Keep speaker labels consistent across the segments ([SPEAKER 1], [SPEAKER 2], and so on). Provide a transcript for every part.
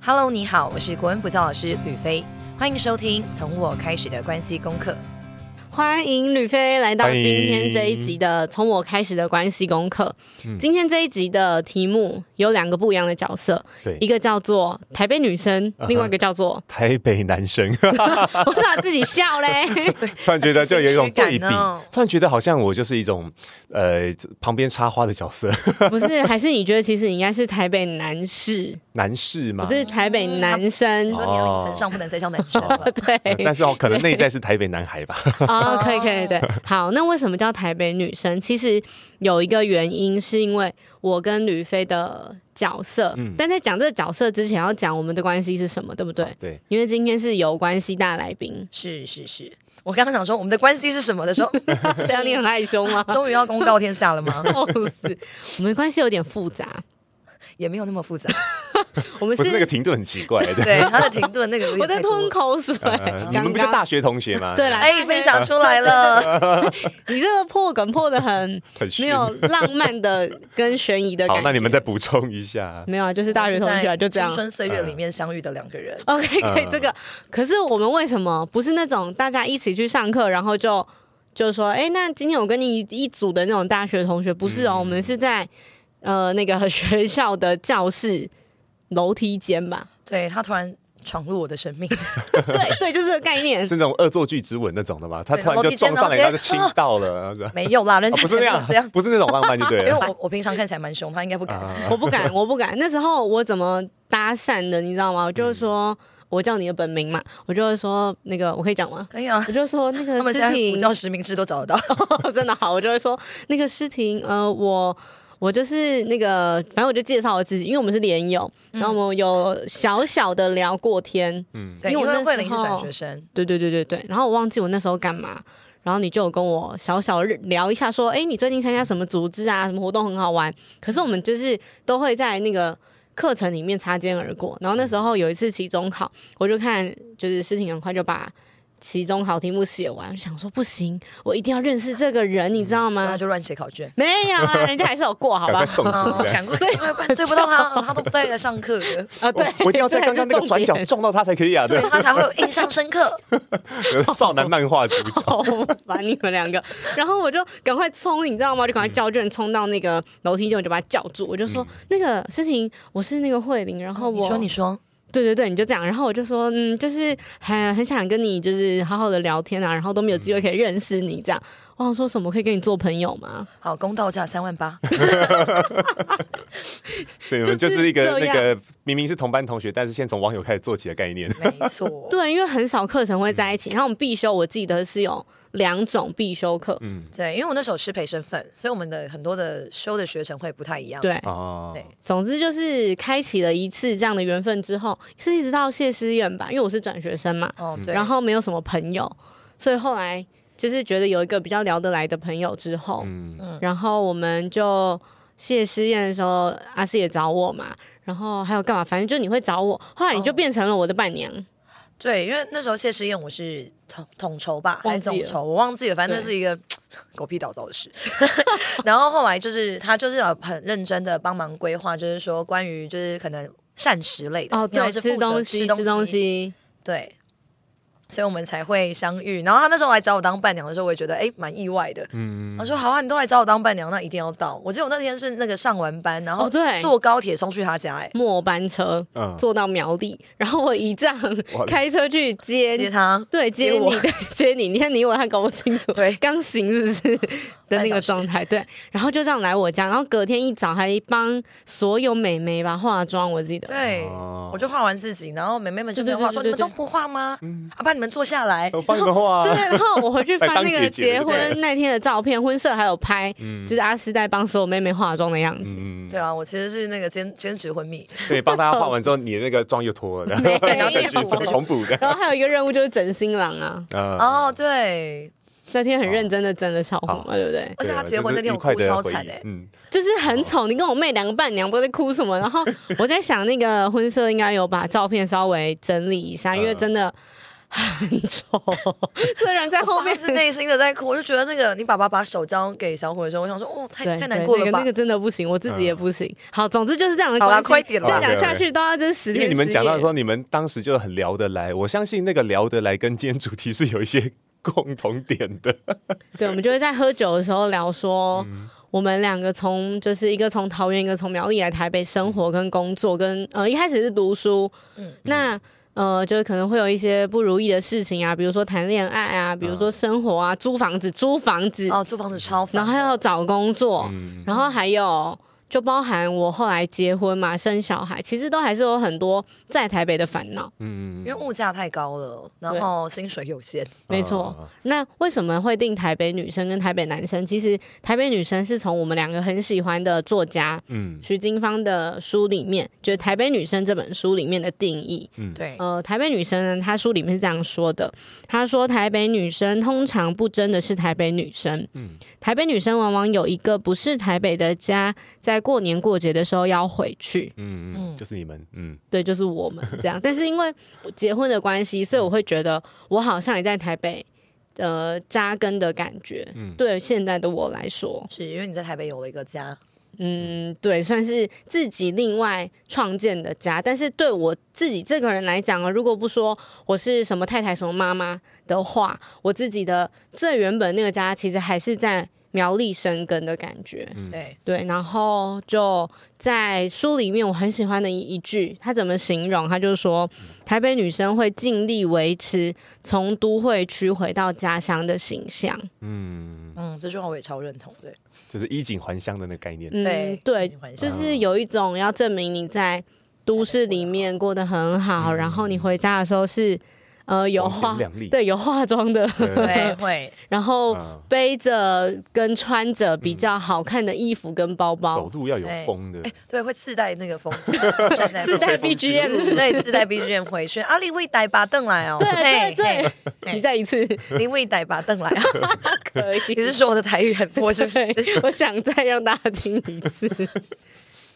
[SPEAKER 1] Hello，你好，我是国文补教老师吕飞，欢迎收听《从我开始的关系功课》。
[SPEAKER 2] 欢迎吕飞来到
[SPEAKER 3] 欢
[SPEAKER 2] 今
[SPEAKER 3] 迎
[SPEAKER 2] 天这一集的《从我开始的关系功课》
[SPEAKER 3] 嗯
[SPEAKER 2] 今天这一集的题目有两个不一样的角色，
[SPEAKER 3] 对
[SPEAKER 2] 一，个叫做台北女生
[SPEAKER 3] 啊哈
[SPEAKER 2] 另外一个叫 做
[SPEAKER 3] 台北男生，
[SPEAKER 2] 我咋自己笑嘞？
[SPEAKER 3] 突然觉得就有一种对比
[SPEAKER 1] 有点虚感哦，
[SPEAKER 3] 突然觉得好像我就是一种呃旁边插花的角色，
[SPEAKER 2] 不是，还是你觉得其实你应该是台北男士，
[SPEAKER 3] 男士
[SPEAKER 2] 不
[SPEAKER 3] 嘛。
[SPEAKER 2] 是台北男
[SPEAKER 1] 你
[SPEAKER 2] 生？
[SPEAKER 1] 说年龄层上不能再叫男生了，
[SPEAKER 3] 哦，呃
[SPEAKER 2] 对
[SPEAKER 3] 但是哦，哦可能内在是台北男孩吧。
[SPEAKER 2] 啊、可以可以对。好，那为什么叫台北女生？其实有一个原因，是因为我跟吕飞的角色。
[SPEAKER 3] 嗯
[SPEAKER 2] 但在讲这个角色之前，要讲我们的关系是什么，对不对？
[SPEAKER 3] 对，
[SPEAKER 2] 因为今天是有关系大来宾
[SPEAKER 1] 是是是，我刚刚想说我们的关系是什么的 时候，
[SPEAKER 2] 这样你很害羞 吗？
[SPEAKER 1] 终于要公告天下了吗？
[SPEAKER 2] 笑死！我们关系有点复杂，
[SPEAKER 1] 也没有那么复 杂，
[SPEAKER 2] 我们
[SPEAKER 3] 不是那个
[SPEAKER 2] 是
[SPEAKER 3] 停顿很奇怪的。
[SPEAKER 1] 对他的停顿那个有
[SPEAKER 2] 我
[SPEAKER 1] 点
[SPEAKER 2] 在
[SPEAKER 1] 太多
[SPEAKER 2] 吞
[SPEAKER 1] 了。
[SPEAKER 2] 口水
[SPEAKER 3] 呃，你们不是
[SPEAKER 2] 刚刚
[SPEAKER 3] 大啊学同学吗？
[SPEAKER 2] 对，啦，
[SPEAKER 1] 哎，分享出来 了，
[SPEAKER 2] 你这个破梗破的很
[SPEAKER 3] 很虚
[SPEAKER 2] 没。有浪漫的跟悬疑的感
[SPEAKER 3] 好
[SPEAKER 2] 觉。，
[SPEAKER 3] 那你们再补充一下。
[SPEAKER 2] 没有啊？就是大学同学啊就这样
[SPEAKER 1] 青。春岁月里面相遇的两个人，
[SPEAKER 2] OK，可以
[SPEAKER 3] 嗯
[SPEAKER 2] 这个。可是我们为什么不是那种大家一起去上课，然后就就说，哎、那今天我跟你一一组的那种大学同学，不是哦，
[SPEAKER 3] 嗯
[SPEAKER 2] 我们是在呃那个学校的教室楼梯间 吧？
[SPEAKER 1] 对他突然闯入我的生命，
[SPEAKER 2] 对对，就是这个概念。
[SPEAKER 3] 是那种恶作剧之吻那种的吗？他
[SPEAKER 1] 对
[SPEAKER 3] 突然
[SPEAKER 1] 楼
[SPEAKER 3] 就
[SPEAKER 1] 梯间
[SPEAKER 3] 撞上来，
[SPEAKER 1] 然
[SPEAKER 3] 然
[SPEAKER 1] 后
[SPEAKER 3] 后就
[SPEAKER 1] 直接
[SPEAKER 3] 亲到了，然后
[SPEAKER 1] 没有啦，人
[SPEAKER 3] 就
[SPEAKER 1] 家
[SPEAKER 3] 哦不是那
[SPEAKER 1] 这样
[SPEAKER 3] 样，，不是那种浪漫就对
[SPEAKER 1] 因为
[SPEAKER 3] 了。
[SPEAKER 1] 我我平常看起来蛮凶，他应该不敢。
[SPEAKER 3] 啊
[SPEAKER 2] 我不 敢，我不敢。那时候我怎么搭讪的，你知
[SPEAKER 3] 嗯
[SPEAKER 2] 道吗？我就会说，我叫你的本名嘛，我就会说那个，我可以讲吗？
[SPEAKER 1] 可以啊，
[SPEAKER 2] 我就说那
[SPEAKER 1] 他
[SPEAKER 2] 个
[SPEAKER 1] 们现
[SPEAKER 2] 诗
[SPEAKER 1] 在补
[SPEAKER 2] 婷，
[SPEAKER 1] 教实名制都找得到。
[SPEAKER 2] 真的好，我就会说那个诗婷，呃，我我就是那个，反正我就介绍我自己，因为我们是连友，然后我们有小小的聊过天，
[SPEAKER 3] 嗯，
[SPEAKER 1] 对，
[SPEAKER 2] 因
[SPEAKER 1] 因
[SPEAKER 2] 为我
[SPEAKER 1] 为
[SPEAKER 2] 那
[SPEAKER 1] 慧
[SPEAKER 2] 时
[SPEAKER 1] 玲是转
[SPEAKER 2] 候
[SPEAKER 1] 学生，
[SPEAKER 2] 对对对对对，然后我忘记我那时候干嘛。然后你就有跟我小小聊一下，说，哎，你最近参加什么组织啊？什么活动很好玩？可是我们就是都会在那个课程里面擦肩而过。然后那时候有一次期中考，我就看就是事情很快就把期中考题目写完，我想说不行，我一定要认识这个人，你知道
[SPEAKER 1] 然后
[SPEAKER 2] 吗
[SPEAKER 1] 她？就乱写考卷。
[SPEAKER 2] 没有啦，人家还是有过，好
[SPEAKER 3] 赶
[SPEAKER 2] 吧？
[SPEAKER 3] 快送 出
[SPEAKER 1] 哦
[SPEAKER 3] 这
[SPEAKER 1] 赶
[SPEAKER 3] 样。
[SPEAKER 1] 快，快快追不到他，他都不带来上课的，
[SPEAKER 2] 啊，对，
[SPEAKER 3] 我一定要在
[SPEAKER 2] 这才
[SPEAKER 3] 刚
[SPEAKER 2] 是
[SPEAKER 3] 刚那个
[SPEAKER 2] 重
[SPEAKER 3] 转角
[SPEAKER 2] 点
[SPEAKER 3] 撞到他才可以啊！
[SPEAKER 1] 对
[SPEAKER 3] 对，
[SPEAKER 1] 他才会有印象深刻。
[SPEAKER 3] 少男漫画主角。
[SPEAKER 2] 好烦你们两个。然后我就赶快冲，你知道吗？就赶快叫卷冲到那个楼梯间，我就把他叫住，我就说、
[SPEAKER 3] 嗯
[SPEAKER 2] 那个诗婷，我是那个慧玲，然 后我、
[SPEAKER 1] 你说，你说，
[SPEAKER 2] 对对对，你就这样。然后我就说，嗯，就是很很想跟你就是好好的聊天啊，然后都没有机会可以认识你这样。我想说什么可以跟你做朋友吗？
[SPEAKER 3] 嗯
[SPEAKER 1] 好，公道价三万八，
[SPEAKER 3] 所以你们
[SPEAKER 2] 就
[SPEAKER 3] 就是是一个
[SPEAKER 2] 这
[SPEAKER 3] 那
[SPEAKER 2] 样
[SPEAKER 3] 个明明是同班同学，但是先从网友开始做起的概念。
[SPEAKER 1] 没错，
[SPEAKER 2] 对，因为很少课程会在一起。然后我们必修，我记得是有两种必修课，
[SPEAKER 3] 嗯，
[SPEAKER 1] 对，因为我那时候师培身份，所以我们的很多的修的学程会不太一样。，
[SPEAKER 2] 对，
[SPEAKER 3] 哦
[SPEAKER 1] 对，
[SPEAKER 2] 总之就是开启了一次这样的缘分之后，是一直到谢师宴吧，因为我是转学生嘛，
[SPEAKER 1] 哦对，
[SPEAKER 2] 然后没有什么朋友，所以后来就是觉得有一个比较聊得来的朋友之后，
[SPEAKER 3] 嗯，
[SPEAKER 2] 然后我们就谢师宴的时候，阿四也找我嘛，然后还有干嘛，反正就你会找我，后来你就
[SPEAKER 1] 哦
[SPEAKER 2] 变成了我的伴娘，
[SPEAKER 1] 对，因为那时候谢师宴我是统统筹吧，还
[SPEAKER 2] 忘
[SPEAKER 1] 是
[SPEAKER 2] 记
[SPEAKER 1] 总
[SPEAKER 2] 了
[SPEAKER 1] 筹，我忘记了，反正那
[SPEAKER 2] 对
[SPEAKER 1] 是一个狗屁倒灶的事。 然后后来就是他就是有很认真的帮忙规划，就是说关于就是可能膳食类的，
[SPEAKER 2] 哦，
[SPEAKER 1] 然后
[SPEAKER 2] 对，
[SPEAKER 1] 是
[SPEAKER 2] 吃
[SPEAKER 1] 负责
[SPEAKER 2] 东西，
[SPEAKER 1] 吃
[SPEAKER 2] 吃东西，
[SPEAKER 1] 对，所以我们才会相遇。然后他那时候来找我当伴娘的时候，我也觉得哎蛮意外的。嗯，我说好啊，你都来找我当伴娘，那一定要到。我记得我那天是那个上完班，然后
[SPEAKER 2] 哦对
[SPEAKER 1] 坐高铁冲去他家、哎、
[SPEAKER 2] 末班车
[SPEAKER 3] 嗯
[SPEAKER 2] 坐到苗栗，然后我一 站
[SPEAKER 3] 哇
[SPEAKER 2] 开车去接
[SPEAKER 1] 接他。
[SPEAKER 2] 对， 接
[SPEAKER 1] 接我
[SPEAKER 2] 你的接你，你看你我还搞不清楚，
[SPEAKER 1] 对
[SPEAKER 2] 刚醒是不 是的那个状态？对，然后就这样来我家，然后隔天一早还帮所有美眉吧化妆，我记得。
[SPEAKER 1] 对，
[SPEAKER 3] 哦
[SPEAKER 1] 我就画完自己，然后妹妹们就没有画，说
[SPEAKER 2] 对
[SPEAKER 1] 你
[SPEAKER 2] 对对对
[SPEAKER 1] 们都不画吗？
[SPEAKER 3] 嗯
[SPEAKER 1] 阿爸，你们坐下来。
[SPEAKER 3] 我帮你们 画
[SPEAKER 2] 对，
[SPEAKER 3] 啊。
[SPEAKER 2] 然后我回 去翻
[SPEAKER 3] 来当
[SPEAKER 2] 那个
[SPEAKER 3] 姐姐
[SPEAKER 2] 结
[SPEAKER 3] 的对
[SPEAKER 2] 婚那天的照片，婚摄还有拍，就是阿诗在帮所有妹妹化妆的样子。
[SPEAKER 3] 嗯，
[SPEAKER 1] 对啊，我其实是那个兼兼职婚蜜，
[SPEAKER 3] 对，帮大家画完之后，你的那个妆又脱了，然后
[SPEAKER 2] 没有
[SPEAKER 3] 然后再去做重 补的。
[SPEAKER 2] 然后还有一个任务就是整新郎啊，
[SPEAKER 3] 嗯，
[SPEAKER 1] 哦，对，
[SPEAKER 2] 那天很认真的整了小红嘛，对不对？
[SPEAKER 1] 而且他结婚那天我
[SPEAKER 3] 对啊
[SPEAKER 1] 哭
[SPEAKER 3] 这是愉
[SPEAKER 1] 超
[SPEAKER 3] 快的回忆
[SPEAKER 1] 惨哎、
[SPEAKER 3] 嗯，
[SPEAKER 2] 就是很丑，你跟我妹两个伴娘不知道在哭什么。然后我在想，那个婚摄应该有把照片稍微整理一下，因为
[SPEAKER 3] 嗯
[SPEAKER 2] 真的很丑，虽然在后
[SPEAKER 1] 后
[SPEAKER 2] 面
[SPEAKER 1] 面 是内心的在哭，我就觉得那个你爸爸把手交给小虎的时候，我想说，哦，太
[SPEAKER 2] 对
[SPEAKER 1] 太难
[SPEAKER 2] 对
[SPEAKER 1] 过了
[SPEAKER 2] 那个
[SPEAKER 1] 吧
[SPEAKER 2] 那？个真的不行，我自
[SPEAKER 3] 嗯
[SPEAKER 2] 己也不行。好，总之就是这样的
[SPEAKER 1] 好啦
[SPEAKER 2] 关系。
[SPEAKER 1] 快点啦
[SPEAKER 2] 再讲
[SPEAKER 3] 对
[SPEAKER 2] 下
[SPEAKER 3] 对
[SPEAKER 2] 去都要这十
[SPEAKER 3] 因
[SPEAKER 2] 天。
[SPEAKER 3] 为你们讲到
[SPEAKER 2] 说，
[SPEAKER 3] 说你们当时就很聊得来，我相信那个聊得来跟今天主题是有一些 共同点的。
[SPEAKER 2] 对，我们就会在喝酒的时候聊说，我们两个从就是一个从桃园，一个从苗栗来台北生活跟工作，跟呃一开始是读书，
[SPEAKER 1] 嗯
[SPEAKER 2] 那。呃，就是可能会有一些不如意的事情啊，比如说谈恋爱啊，比如说生活啊，租房子、租房子，
[SPEAKER 1] 哦，租房子超烦
[SPEAKER 2] 然
[SPEAKER 1] 的，
[SPEAKER 2] 后还有找工作，
[SPEAKER 3] 嗯，
[SPEAKER 2] 然后还有就包含我后来结婚嘛、生小孩，其实都还是有很多在台北的烦恼。
[SPEAKER 3] 嗯
[SPEAKER 1] 因为物价太高了，然后薪水有限，
[SPEAKER 2] 没
[SPEAKER 3] 哦
[SPEAKER 2] 错，那为什么会定台北女生跟台北男生？其实台北女生是从我们两个很喜欢的作家
[SPEAKER 3] 嗯
[SPEAKER 2] 徐金芳的书里面，就是《台北女生》这本书里面的定义。
[SPEAKER 3] 嗯，
[SPEAKER 1] 对，
[SPEAKER 2] 呃，台北女生呢，她书里面是这样说的，她说台北女生通常不争的是台北女生，
[SPEAKER 3] 嗯
[SPEAKER 2] 台北女生往往有一个不是台北的家，在过年过节的时候要回去，
[SPEAKER 3] 嗯嗯，就是你们，嗯
[SPEAKER 2] 对，就是我们这样。但是因为我结婚的关系，所以我会觉得我好像也在台北呃扎根的感觉。
[SPEAKER 3] 嗯
[SPEAKER 2] 对现在的我来说，
[SPEAKER 1] 是因为你在台北有了一个家，
[SPEAKER 2] 嗯，对，算是自己另外创建的家。但是对我自己这个人来讲啊，如果不说我是什么太太、什么妈妈的话，我自己的最原本那个家其实还是在苗栗生根的感觉。
[SPEAKER 3] 嗯
[SPEAKER 1] 对，
[SPEAKER 2] 对，然后就在书里面，我很喜欢的一一句，他怎么形容？他就说，台北女生会尽力维持从都会区回到家乡的形象。
[SPEAKER 3] 嗯，
[SPEAKER 1] 嗯，这句话我也超认同，对，
[SPEAKER 3] 就是衣锦还乡的那个概念。
[SPEAKER 2] 嗯
[SPEAKER 1] 对，
[SPEAKER 2] 对
[SPEAKER 1] 衣锦还，乡
[SPEAKER 3] 啊
[SPEAKER 2] 就是有一种要证明你在都市里面过得很好，然后你回家的时候是呃有
[SPEAKER 3] 嗯光鲜
[SPEAKER 2] 化
[SPEAKER 3] 亮丽
[SPEAKER 2] 对有化妆的，
[SPEAKER 1] 对，会，
[SPEAKER 2] 然后
[SPEAKER 3] 嗯
[SPEAKER 2] 背着跟穿着比较好看的衣服跟包
[SPEAKER 3] 走
[SPEAKER 2] 包，
[SPEAKER 3] 路要有风的，
[SPEAKER 1] 对，会自带那个 风，站在
[SPEAKER 2] 自带
[SPEAKER 3] 吹风哦机
[SPEAKER 2] BGM 是不是
[SPEAKER 1] 对，自带 BGM 回去，啊，你会带把凳来哦，
[SPEAKER 2] 对对
[SPEAKER 1] 嘿，
[SPEAKER 2] 对，你再一次
[SPEAKER 1] 嘿你会带把凳来 哦，
[SPEAKER 2] 可以，
[SPEAKER 1] 你是说我的台语很多是不是？
[SPEAKER 2] 对我想再让大家听一 次。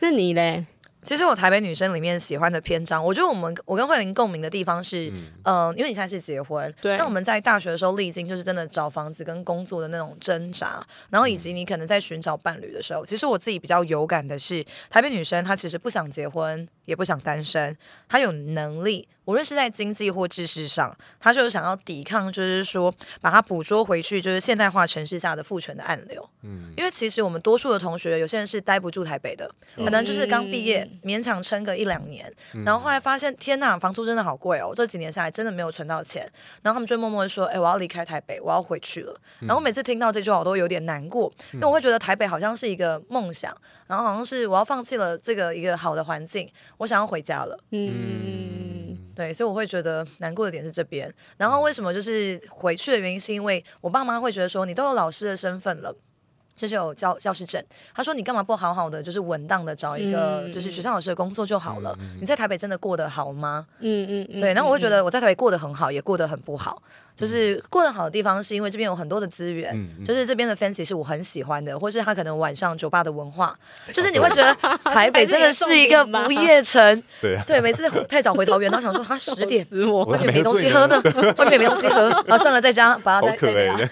[SPEAKER 2] 那你嘞？
[SPEAKER 1] 其实我台北女生里面喜欢的篇章，我觉得我们我跟慧玲共鸣的地方是，嗯、因为你现在是结婚，
[SPEAKER 2] 对
[SPEAKER 1] 那我们在大学的时候历经就是真的找房子跟工作的那种挣扎，然后以
[SPEAKER 2] 嗯
[SPEAKER 1] 及你可能在寻找伴侣的时候，其实我自己比较有感的是，台北女生她其实不想结婚，也不想单身，她有能力。无论是在经济或知识上，她就是想要抵抗，就是说把它捕捉回去，就是现代化城市下的父权的暗流。嗯，因为其实我们多数的同学，有些人是待不住台北的，可能就是刚毕业，勉强撑个一两年，然后后来发现，天呐，房租真的好贵哦！这几年下来真的没有存到钱，然后他们就默默地说：“哎、我要离开台北，我要回去了。”然后我每次听到这句话，我都有点难过，因为我会觉得台北好像是一个梦想，然后好像是我要放弃了这个一个好的环境，我想要回家了。
[SPEAKER 2] 嗯，
[SPEAKER 1] 对，所以我会觉得难过的点是这边。然后为什么就是回去的原因，是因为我爸妈会觉得说，你都有老师的身份了。就是有教教师证，他说你干嘛不好好的，就是稳当的找一个
[SPEAKER 2] 嗯
[SPEAKER 1] 就是学校老师的工作就好了。你在台北真的过得好吗？
[SPEAKER 2] 嗯嗯嗯，
[SPEAKER 1] 对，然后我会觉
[SPEAKER 2] 嗯，
[SPEAKER 1] 得我在台北过得很好，也过得很不好。就是过得好的地方，是因为这边有很多的资源，
[SPEAKER 2] 嗯
[SPEAKER 1] 就是这边的 fancy 是我很喜欢的，或是他可能晚上酒吧的文化，
[SPEAKER 2] 哎哦
[SPEAKER 1] 就是你会觉得
[SPEAKER 2] 啊
[SPEAKER 1] 台北真的是一个不夜城。
[SPEAKER 3] 对啊，
[SPEAKER 1] 对，每次太早回桃园，然后想说他十点
[SPEAKER 2] 死我
[SPEAKER 3] 我
[SPEAKER 1] 外
[SPEAKER 3] 还
[SPEAKER 1] 面
[SPEAKER 3] 没
[SPEAKER 1] 没东西喝呢， 外面没东西喝，啊，算了，在家把它
[SPEAKER 3] 好
[SPEAKER 1] 再
[SPEAKER 3] 可
[SPEAKER 1] 再
[SPEAKER 3] 爱
[SPEAKER 1] 聊。
[SPEAKER 3] 的，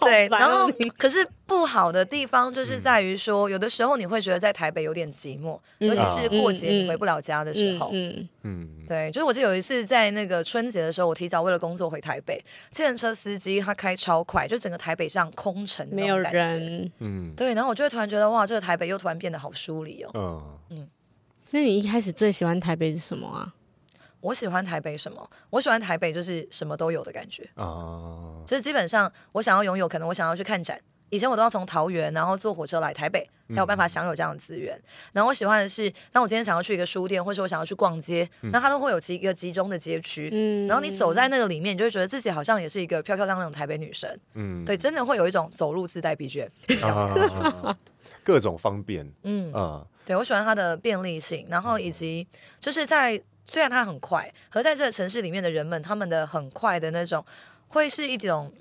[SPEAKER 1] 对，
[SPEAKER 2] 烦哦
[SPEAKER 1] 然后
[SPEAKER 2] 你
[SPEAKER 1] 可是不好的地方
[SPEAKER 3] 嗯
[SPEAKER 1] 就是在于说，有的时候你会觉得在台北有点寂寞，尤其是过节
[SPEAKER 2] 嗯嗯
[SPEAKER 1] 你回不了家的时候。
[SPEAKER 2] 嗯，嗯
[SPEAKER 3] 嗯，
[SPEAKER 1] 对，就是我记得有一次在那个春节的时候，我提早为了工作回台北，计程车司机他开超快，就整个台北上空城，
[SPEAKER 2] 嗯没有。人。
[SPEAKER 3] 嗯
[SPEAKER 1] 对，然后我就会突然觉得哇，这个台北又突然变得好疏离哦。
[SPEAKER 3] 嗯，
[SPEAKER 2] 那你一开始最喜欢台北是什么啊？
[SPEAKER 1] 我喜欢台北什么？我喜欢台北就是什么都有的感觉。
[SPEAKER 3] 啊，
[SPEAKER 1] 就是基本上我想要拥有，可能我想要去看展，以前我都要从桃园，然后坐火车来台北，才有办法享有这样的资源。然后我喜欢的是，当我今天想要去一个书店，或是我想要去逛街，那它都会有集一个集中的街区。
[SPEAKER 2] 嗯
[SPEAKER 1] 然后你走在那个里面，你就会觉得自己好像也是一个漂漂亮亮的台北女生，
[SPEAKER 3] 嗯，
[SPEAKER 1] 对，真的会有一种走路自带 BGM。
[SPEAKER 3] 啊，各种方便，
[SPEAKER 1] 嗯，
[SPEAKER 3] 啊，
[SPEAKER 1] 对我喜欢它的便利性，然后以及就是在虽然它很快，和在这个城市里面的人们，他们的很快的那种，会是一种，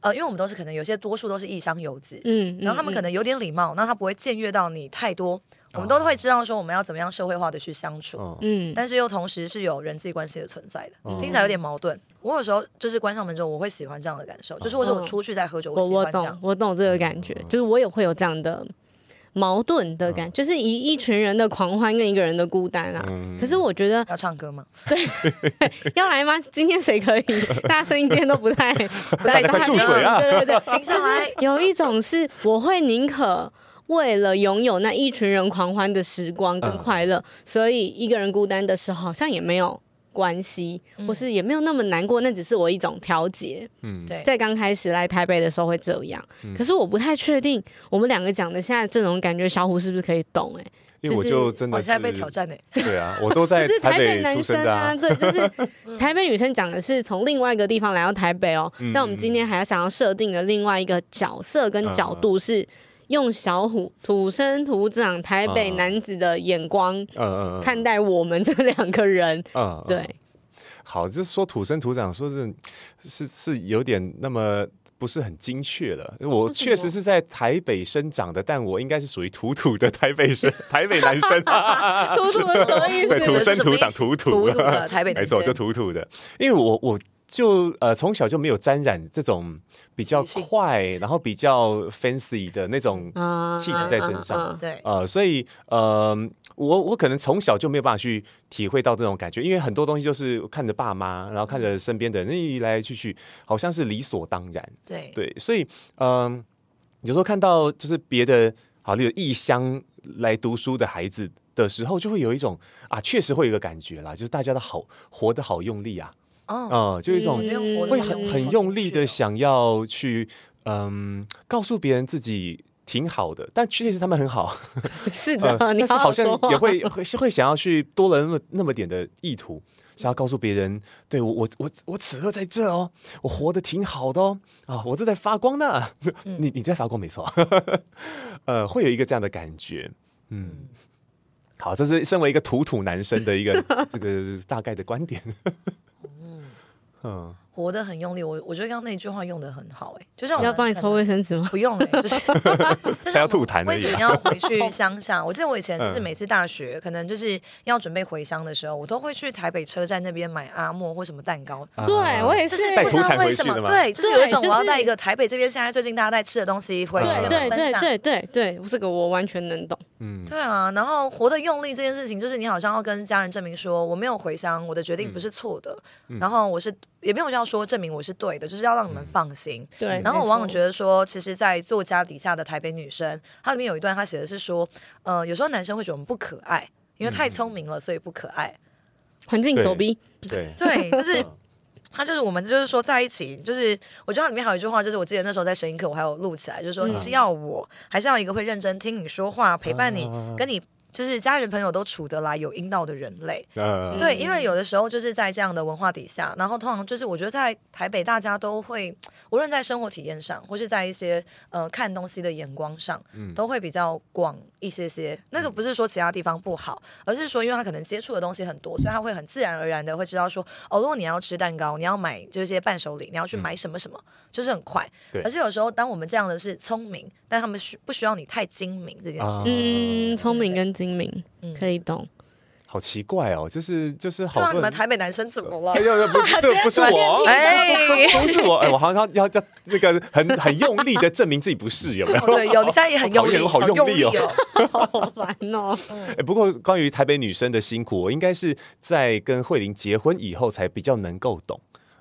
[SPEAKER 1] 呃，因为我们都是可能有些多数都是异乡游子，
[SPEAKER 2] 嗯，
[SPEAKER 1] 然后他们可
[SPEAKER 2] 能
[SPEAKER 1] 能有点礼貌，那他不会僭越到你太多，我们
[SPEAKER 3] 哦
[SPEAKER 1] 都会知道说我们要怎么样社会化的去相处，
[SPEAKER 3] 嗯，
[SPEAKER 2] 嗯，
[SPEAKER 1] 但是又同时是有人际关系的存在的，
[SPEAKER 3] 哦
[SPEAKER 1] 听起来有点矛盾。我有时候就是关上门之后，我会喜欢这样的感受，就是或者我出去在喝酒，
[SPEAKER 2] 哦我
[SPEAKER 1] 喜
[SPEAKER 2] 我
[SPEAKER 1] 欢这
[SPEAKER 2] 懂
[SPEAKER 1] 样，。
[SPEAKER 2] 我懂这个感觉，就是我也会有这样的矛盾的感就是一一群人的狂欢跟一个人的孤单啊。
[SPEAKER 3] 嗯
[SPEAKER 2] 可是我觉得
[SPEAKER 1] 要唱歌 吗？
[SPEAKER 2] 要来吗？今天谁可以？大家声音今天都不 太不
[SPEAKER 1] 大家快住嘴
[SPEAKER 3] 啊
[SPEAKER 2] 对对对，
[SPEAKER 1] 停下 来，
[SPEAKER 2] 有一种是我会宁可为了拥有那一群人狂欢的时光跟快乐，所以一个人孤单的时候好像也没有关系，
[SPEAKER 1] 嗯
[SPEAKER 2] 或是也没有那么难过，那只是我一种调节。
[SPEAKER 3] 嗯，
[SPEAKER 1] 对，
[SPEAKER 2] 在刚开始来台北的时候会这样，可是我不太确定我们两个讲的现在这种感觉，小虎是不是可以懂、欸？
[SPEAKER 3] 因为我就真
[SPEAKER 1] 我
[SPEAKER 3] 的
[SPEAKER 1] 现在
[SPEAKER 3] 是
[SPEAKER 1] 被挑战呢。
[SPEAKER 3] 对啊，我都
[SPEAKER 2] 哎，
[SPEAKER 3] 在
[SPEAKER 2] 可是
[SPEAKER 3] 台
[SPEAKER 2] 北
[SPEAKER 3] 北
[SPEAKER 2] 男
[SPEAKER 3] 出
[SPEAKER 2] 生
[SPEAKER 3] 生的
[SPEAKER 2] 啊，，对，就是 台北女生讲的是从另外一个地方来到台北哦。
[SPEAKER 3] 嗯
[SPEAKER 2] 那我们今天还要想要设定的另外一个角色跟角度
[SPEAKER 3] 嗯
[SPEAKER 2] 是。用小虎土生土长台北
[SPEAKER 3] 嗯嗯
[SPEAKER 2] 男子的眼光
[SPEAKER 3] 嗯嗯嗯，
[SPEAKER 2] 看待我们这两个人，
[SPEAKER 3] 嗯，嗯
[SPEAKER 2] 对，
[SPEAKER 3] 好，这说土生土长，说是是是有点那么不是很精确了。我
[SPEAKER 2] 为什
[SPEAKER 3] 确实
[SPEAKER 2] 么
[SPEAKER 3] 是在台北生长的，但我应该是属于土土的台北生台北男生、啊。
[SPEAKER 2] 土土的什么 意
[SPEAKER 3] 对
[SPEAKER 2] 思？
[SPEAKER 3] 土生土
[SPEAKER 1] 这
[SPEAKER 3] 长
[SPEAKER 1] 是什么意思
[SPEAKER 3] 土土
[SPEAKER 1] 土
[SPEAKER 3] 啊
[SPEAKER 1] 土的台北男
[SPEAKER 3] 没错，
[SPEAKER 1] 生
[SPEAKER 3] 就土土的，因为我我就呃从小就没有沾染这种比较
[SPEAKER 1] 女性
[SPEAKER 3] 快，然后比较 fancy 的那种
[SPEAKER 2] 啊
[SPEAKER 3] 气质在身上
[SPEAKER 2] 嗯嗯嗯
[SPEAKER 1] 对，
[SPEAKER 3] 呃，所以呃，我我可能从小就没有办法去体会到这种感觉，因为很多东西就是看着爸妈，然后看着身边的人一来去去，好像是理所当然。
[SPEAKER 1] 对，
[SPEAKER 3] 对，所以嗯、有时候看到就是别的好，例如异乡来读书的孩子的时候，就会有一种啊，确实会有一个感觉啦，就是大家都好活得好用力啊，
[SPEAKER 1] 哦，嗯
[SPEAKER 3] 嗯、就有一种
[SPEAKER 1] 我觉得活得
[SPEAKER 3] 会
[SPEAKER 1] 好
[SPEAKER 2] 嗯
[SPEAKER 3] 很
[SPEAKER 1] 用
[SPEAKER 3] 很用力的
[SPEAKER 1] 哦
[SPEAKER 3] 想要去嗯、告诉别人自己挺好的，但确实他们 很好。
[SPEAKER 2] 啊是的
[SPEAKER 3] 呃，，但
[SPEAKER 2] 你啊
[SPEAKER 3] 是好像
[SPEAKER 2] 说话
[SPEAKER 3] 也会会是会想要去多了那么那么点的意图，想要告诉别人，对我我我我此刻在这哦，我活得挺好的哦，啊，我正在发光呢，
[SPEAKER 2] 嗯
[SPEAKER 3] 你你在发光没错，呃，会有一个这样的感觉，嗯。好，这是身为一个土土男生 的一个这个大概的观点。嗯，
[SPEAKER 1] 活得很用力。我我觉得刚刚那句话用的很好，哎，就像我
[SPEAKER 2] 要
[SPEAKER 1] 们
[SPEAKER 2] 帮你
[SPEAKER 1] 可
[SPEAKER 2] 抽
[SPEAKER 1] 能
[SPEAKER 2] 卫生纸吗？
[SPEAKER 1] 不用了、就是 就是
[SPEAKER 3] 还要
[SPEAKER 1] 我们
[SPEAKER 3] 吐痰而已啊
[SPEAKER 1] 为什么要回去乡下？我记得我以前就是
[SPEAKER 3] 嗯
[SPEAKER 1] 每次大学、可能就是要准备回乡的时候，我都会去台北车站那边买阿莫或什么蛋糕。
[SPEAKER 3] 啊
[SPEAKER 2] 对我也
[SPEAKER 1] 就是是
[SPEAKER 3] 带
[SPEAKER 1] 不知
[SPEAKER 3] 土
[SPEAKER 1] 道
[SPEAKER 3] 产
[SPEAKER 1] 为
[SPEAKER 3] 回
[SPEAKER 1] 什
[SPEAKER 3] 去
[SPEAKER 1] 么
[SPEAKER 3] 的，吗
[SPEAKER 1] 对，就是有一种
[SPEAKER 2] 对
[SPEAKER 1] 我要
[SPEAKER 2] 就是
[SPEAKER 1] 带一个台北这边现在最近大家在吃的东西回去跟
[SPEAKER 3] 对
[SPEAKER 2] 对
[SPEAKER 1] 你
[SPEAKER 2] 对
[SPEAKER 1] 们分
[SPEAKER 2] 对
[SPEAKER 1] 享。
[SPEAKER 2] 对对对，这个我完全能懂。
[SPEAKER 3] 嗯，
[SPEAKER 1] 对啊，然后活得用力这件事情，就是你好像要跟家人证明说我没有回乡，我的决定不是错的，
[SPEAKER 3] 嗯
[SPEAKER 1] 然后我是也没有要说证明我是对的，就是要让你们放心。
[SPEAKER 2] 对，
[SPEAKER 1] 然后我往往
[SPEAKER 2] 觉
[SPEAKER 1] 觉得说，其实，在作家底下的台北女生，它里面有一段，她写的是说，呃，有时候男生会觉得我们不可爱，因为太聪明了，所以不可爱。
[SPEAKER 2] 环境
[SPEAKER 3] 对
[SPEAKER 2] 手逼，
[SPEAKER 3] 对，
[SPEAKER 1] 对，就是。他就是我们，就是说在一起，就是我觉得它里面还有一句话，就是我记得那时候在声音课，我还有录起来，就是说
[SPEAKER 2] 嗯
[SPEAKER 1] 你是要我，还是要一个会认真听你说话、陪伴你
[SPEAKER 3] 啊、
[SPEAKER 1] 跟你就是家人朋友都处得来、有阴道的人类。
[SPEAKER 3] 呃，
[SPEAKER 1] 对，因为有的时候就是在这样的文化底下，然后通常就是我觉得在台北，大家都会，无论在生活体验上，或是在一些呃看东西的眼光上，
[SPEAKER 3] 嗯
[SPEAKER 1] 都会比较广一些些。那个不是说其他地方不好，而是说因为他可能接触的东西很多，所以他会很自然而然的会知道说，哦，如果你要吃蛋糕，你要买这些伴手礼，你要去买什么什么，就是很快
[SPEAKER 3] 嗯对。
[SPEAKER 1] 而且有时候当我们这样的是聪明，但他们需不需要你太精明这件事
[SPEAKER 3] 啊
[SPEAKER 1] 情？
[SPEAKER 2] 嗯，聪明跟精明
[SPEAKER 1] 嗯
[SPEAKER 2] 可以懂。
[SPEAKER 3] 好奇怪哦，就是就是好
[SPEAKER 1] 对
[SPEAKER 3] 多
[SPEAKER 1] 啊，
[SPEAKER 3] 人，
[SPEAKER 1] 你们台啊北男生怎么了
[SPEAKER 3] 哎？呦，不，这不是我，哦
[SPEAKER 1] 哎，
[SPEAKER 3] 不是我，哎，我好像要要那个很很用力的证明自己不是，有没
[SPEAKER 1] 哦
[SPEAKER 3] 有？
[SPEAKER 1] 对，有你现在也很用力，
[SPEAKER 3] 我好
[SPEAKER 1] 好
[SPEAKER 3] 用
[SPEAKER 1] 用
[SPEAKER 3] 力哦
[SPEAKER 1] 哦。
[SPEAKER 2] 好烦哦！
[SPEAKER 1] 嗯
[SPEAKER 3] 哎，不过关于台北女生的辛苦，我应该是在跟慧玲结婚以后才比较能够懂。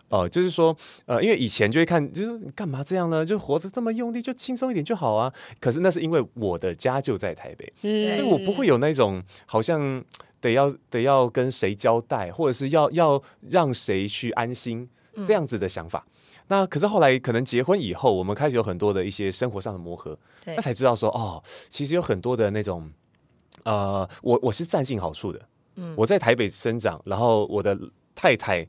[SPEAKER 3] 哦、就是说，呃，因为以前就会看，就是你干嘛这样呢？就活得这么用力，就轻松一点就好啊。可是那是因为我的家就在台北，
[SPEAKER 2] 嗯，
[SPEAKER 3] 哎所以我不会有那种好像得要得要跟谁交代，或者是要要让谁去安心这样子的想法。那可是后来可能结婚以后，我们开始有很多的一些生活上的磨合，
[SPEAKER 1] 对
[SPEAKER 3] 那才知道说哦，其实有很多的那种，呃，我我是占尽好处的，我在台北生长，然后我的太太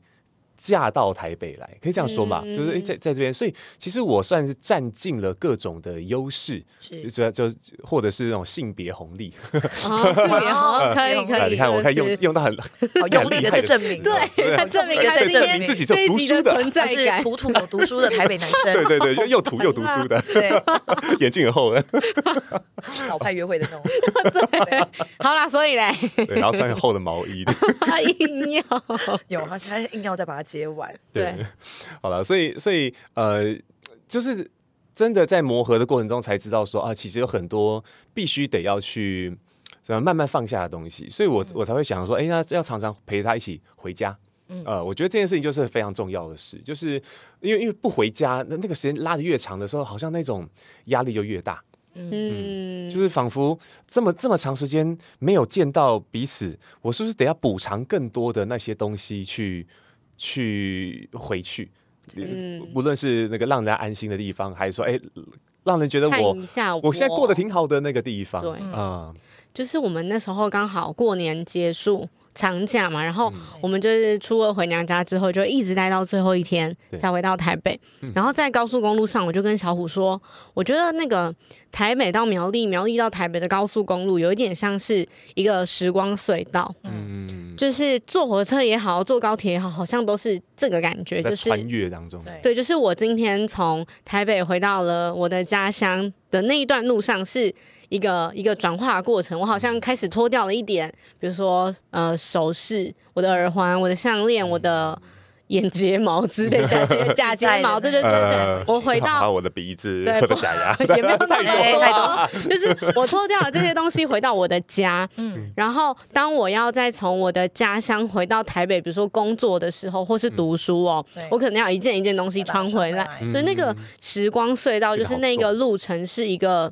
[SPEAKER 3] 嫁到台北来，可以这样说嘛？
[SPEAKER 2] 嗯
[SPEAKER 3] 就是诶在在这边，所以其实我算是占尽了各种的优势，就是主要就或者是那种性别红利。
[SPEAKER 2] 哦，特别好，
[SPEAKER 1] 哦
[SPEAKER 2] 可以
[SPEAKER 1] 别红
[SPEAKER 2] 可
[SPEAKER 3] 啊
[SPEAKER 2] 以，
[SPEAKER 3] 你看，我看用
[SPEAKER 2] 哎真的是
[SPEAKER 3] 用到很
[SPEAKER 1] 好用力的在证明，
[SPEAKER 3] 对对啊
[SPEAKER 2] 他
[SPEAKER 3] 哎
[SPEAKER 1] 好
[SPEAKER 2] 证明
[SPEAKER 1] 用力
[SPEAKER 2] 他
[SPEAKER 1] 地
[SPEAKER 2] 这
[SPEAKER 1] 在证
[SPEAKER 2] 边
[SPEAKER 1] 明
[SPEAKER 3] 自己是有
[SPEAKER 2] 这一
[SPEAKER 3] 读
[SPEAKER 2] 集
[SPEAKER 3] 书的
[SPEAKER 2] 存
[SPEAKER 1] 他
[SPEAKER 2] 在
[SPEAKER 1] 是
[SPEAKER 2] 感，
[SPEAKER 1] 土土有读书的台北男
[SPEAKER 3] 对
[SPEAKER 1] 生，
[SPEAKER 3] 对对，就又土又读书的，
[SPEAKER 1] 对，
[SPEAKER 3] 眼镜 很厚的，
[SPEAKER 1] 老派约会的那种。
[SPEAKER 2] 好啦，所以嘞，
[SPEAKER 3] 对，然后穿很厚的毛衣的。
[SPEAKER 2] 他硬要，
[SPEAKER 1] 有，他他硬要再把它接完，
[SPEAKER 3] 对
[SPEAKER 2] 对，
[SPEAKER 3] 好了，所以所以呃，就是真的在磨合的过程中才知道说啊，其实有很多必须得要去怎么慢慢放下的东西，所以
[SPEAKER 2] 嗯
[SPEAKER 3] 我、我才会想说，哎、那要常常陪他一起回家。
[SPEAKER 2] 嗯
[SPEAKER 3] 呃，我觉得这件事情就是非常重要的事，就是因为因为不回家，那那个时间拉的越长的时候，好像那种压力就越大。
[SPEAKER 2] 嗯，
[SPEAKER 3] 就是仿佛这么这么长时间没有见到彼此，我是不是得要补偿更多的那些东西去去回去？
[SPEAKER 2] 嗯
[SPEAKER 3] 无论是那个让人家安心的地方，还是说哎、让人觉得
[SPEAKER 2] 看
[SPEAKER 3] 我
[SPEAKER 2] 一下
[SPEAKER 3] 我现在过得挺好的那个地方，
[SPEAKER 2] 对
[SPEAKER 3] 嗯，
[SPEAKER 2] 就是我们那时候刚好过年结束长假嘛，然后我们就是初二回娘家之后，就一直待到最后一天
[SPEAKER 3] 对嗯
[SPEAKER 2] 才回到台北。然后在高速公路上，我就跟小虎说，我觉得那个台北到苗栗、苗栗到台北的高速公路，有一点像是一个时光隧道，
[SPEAKER 3] 嗯，
[SPEAKER 2] 就是坐火车也好，坐高铁也好，好像都是这个感觉，
[SPEAKER 3] 在
[SPEAKER 2] 就是
[SPEAKER 3] 穿越当中，
[SPEAKER 1] 对
[SPEAKER 2] 对，就是我今天从台北回到了我的家乡的那一段路上，是一个一个转化的过程。我好像开始脱掉了一点，比如说呃首饰、我的耳环、我的项链、我的眼睫毛之类假睫假睫 毛，对对对对
[SPEAKER 3] 呃，
[SPEAKER 2] 我回
[SPEAKER 3] 还有
[SPEAKER 2] 到。
[SPEAKER 3] 我的鼻子
[SPEAKER 2] 对
[SPEAKER 3] 我的假牙，
[SPEAKER 2] 也没有那
[SPEAKER 1] 哎 太多
[SPEAKER 2] 么多，就是我脱掉了这些东西，回到我的家，
[SPEAKER 1] 嗯，
[SPEAKER 2] 然后，当我要再从我的家乡回到台北，比如说工作的时候，或是读书哦，
[SPEAKER 1] 嗯对
[SPEAKER 2] 我可能要一件一件东西穿回来。
[SPEAKER 1] 嗯
[SPEAKER 2] 对，那个时光隧道
[SPEAKER 3] 这
[SPEAKER 2] 就
[SPEAKER 3] 个
[SPEAKER 2] 是
[SPEAKER 3] 好
[SPEAKER 2] 那
[SPEAKER 3] 重
[SPEAKER 2] 个路程是一个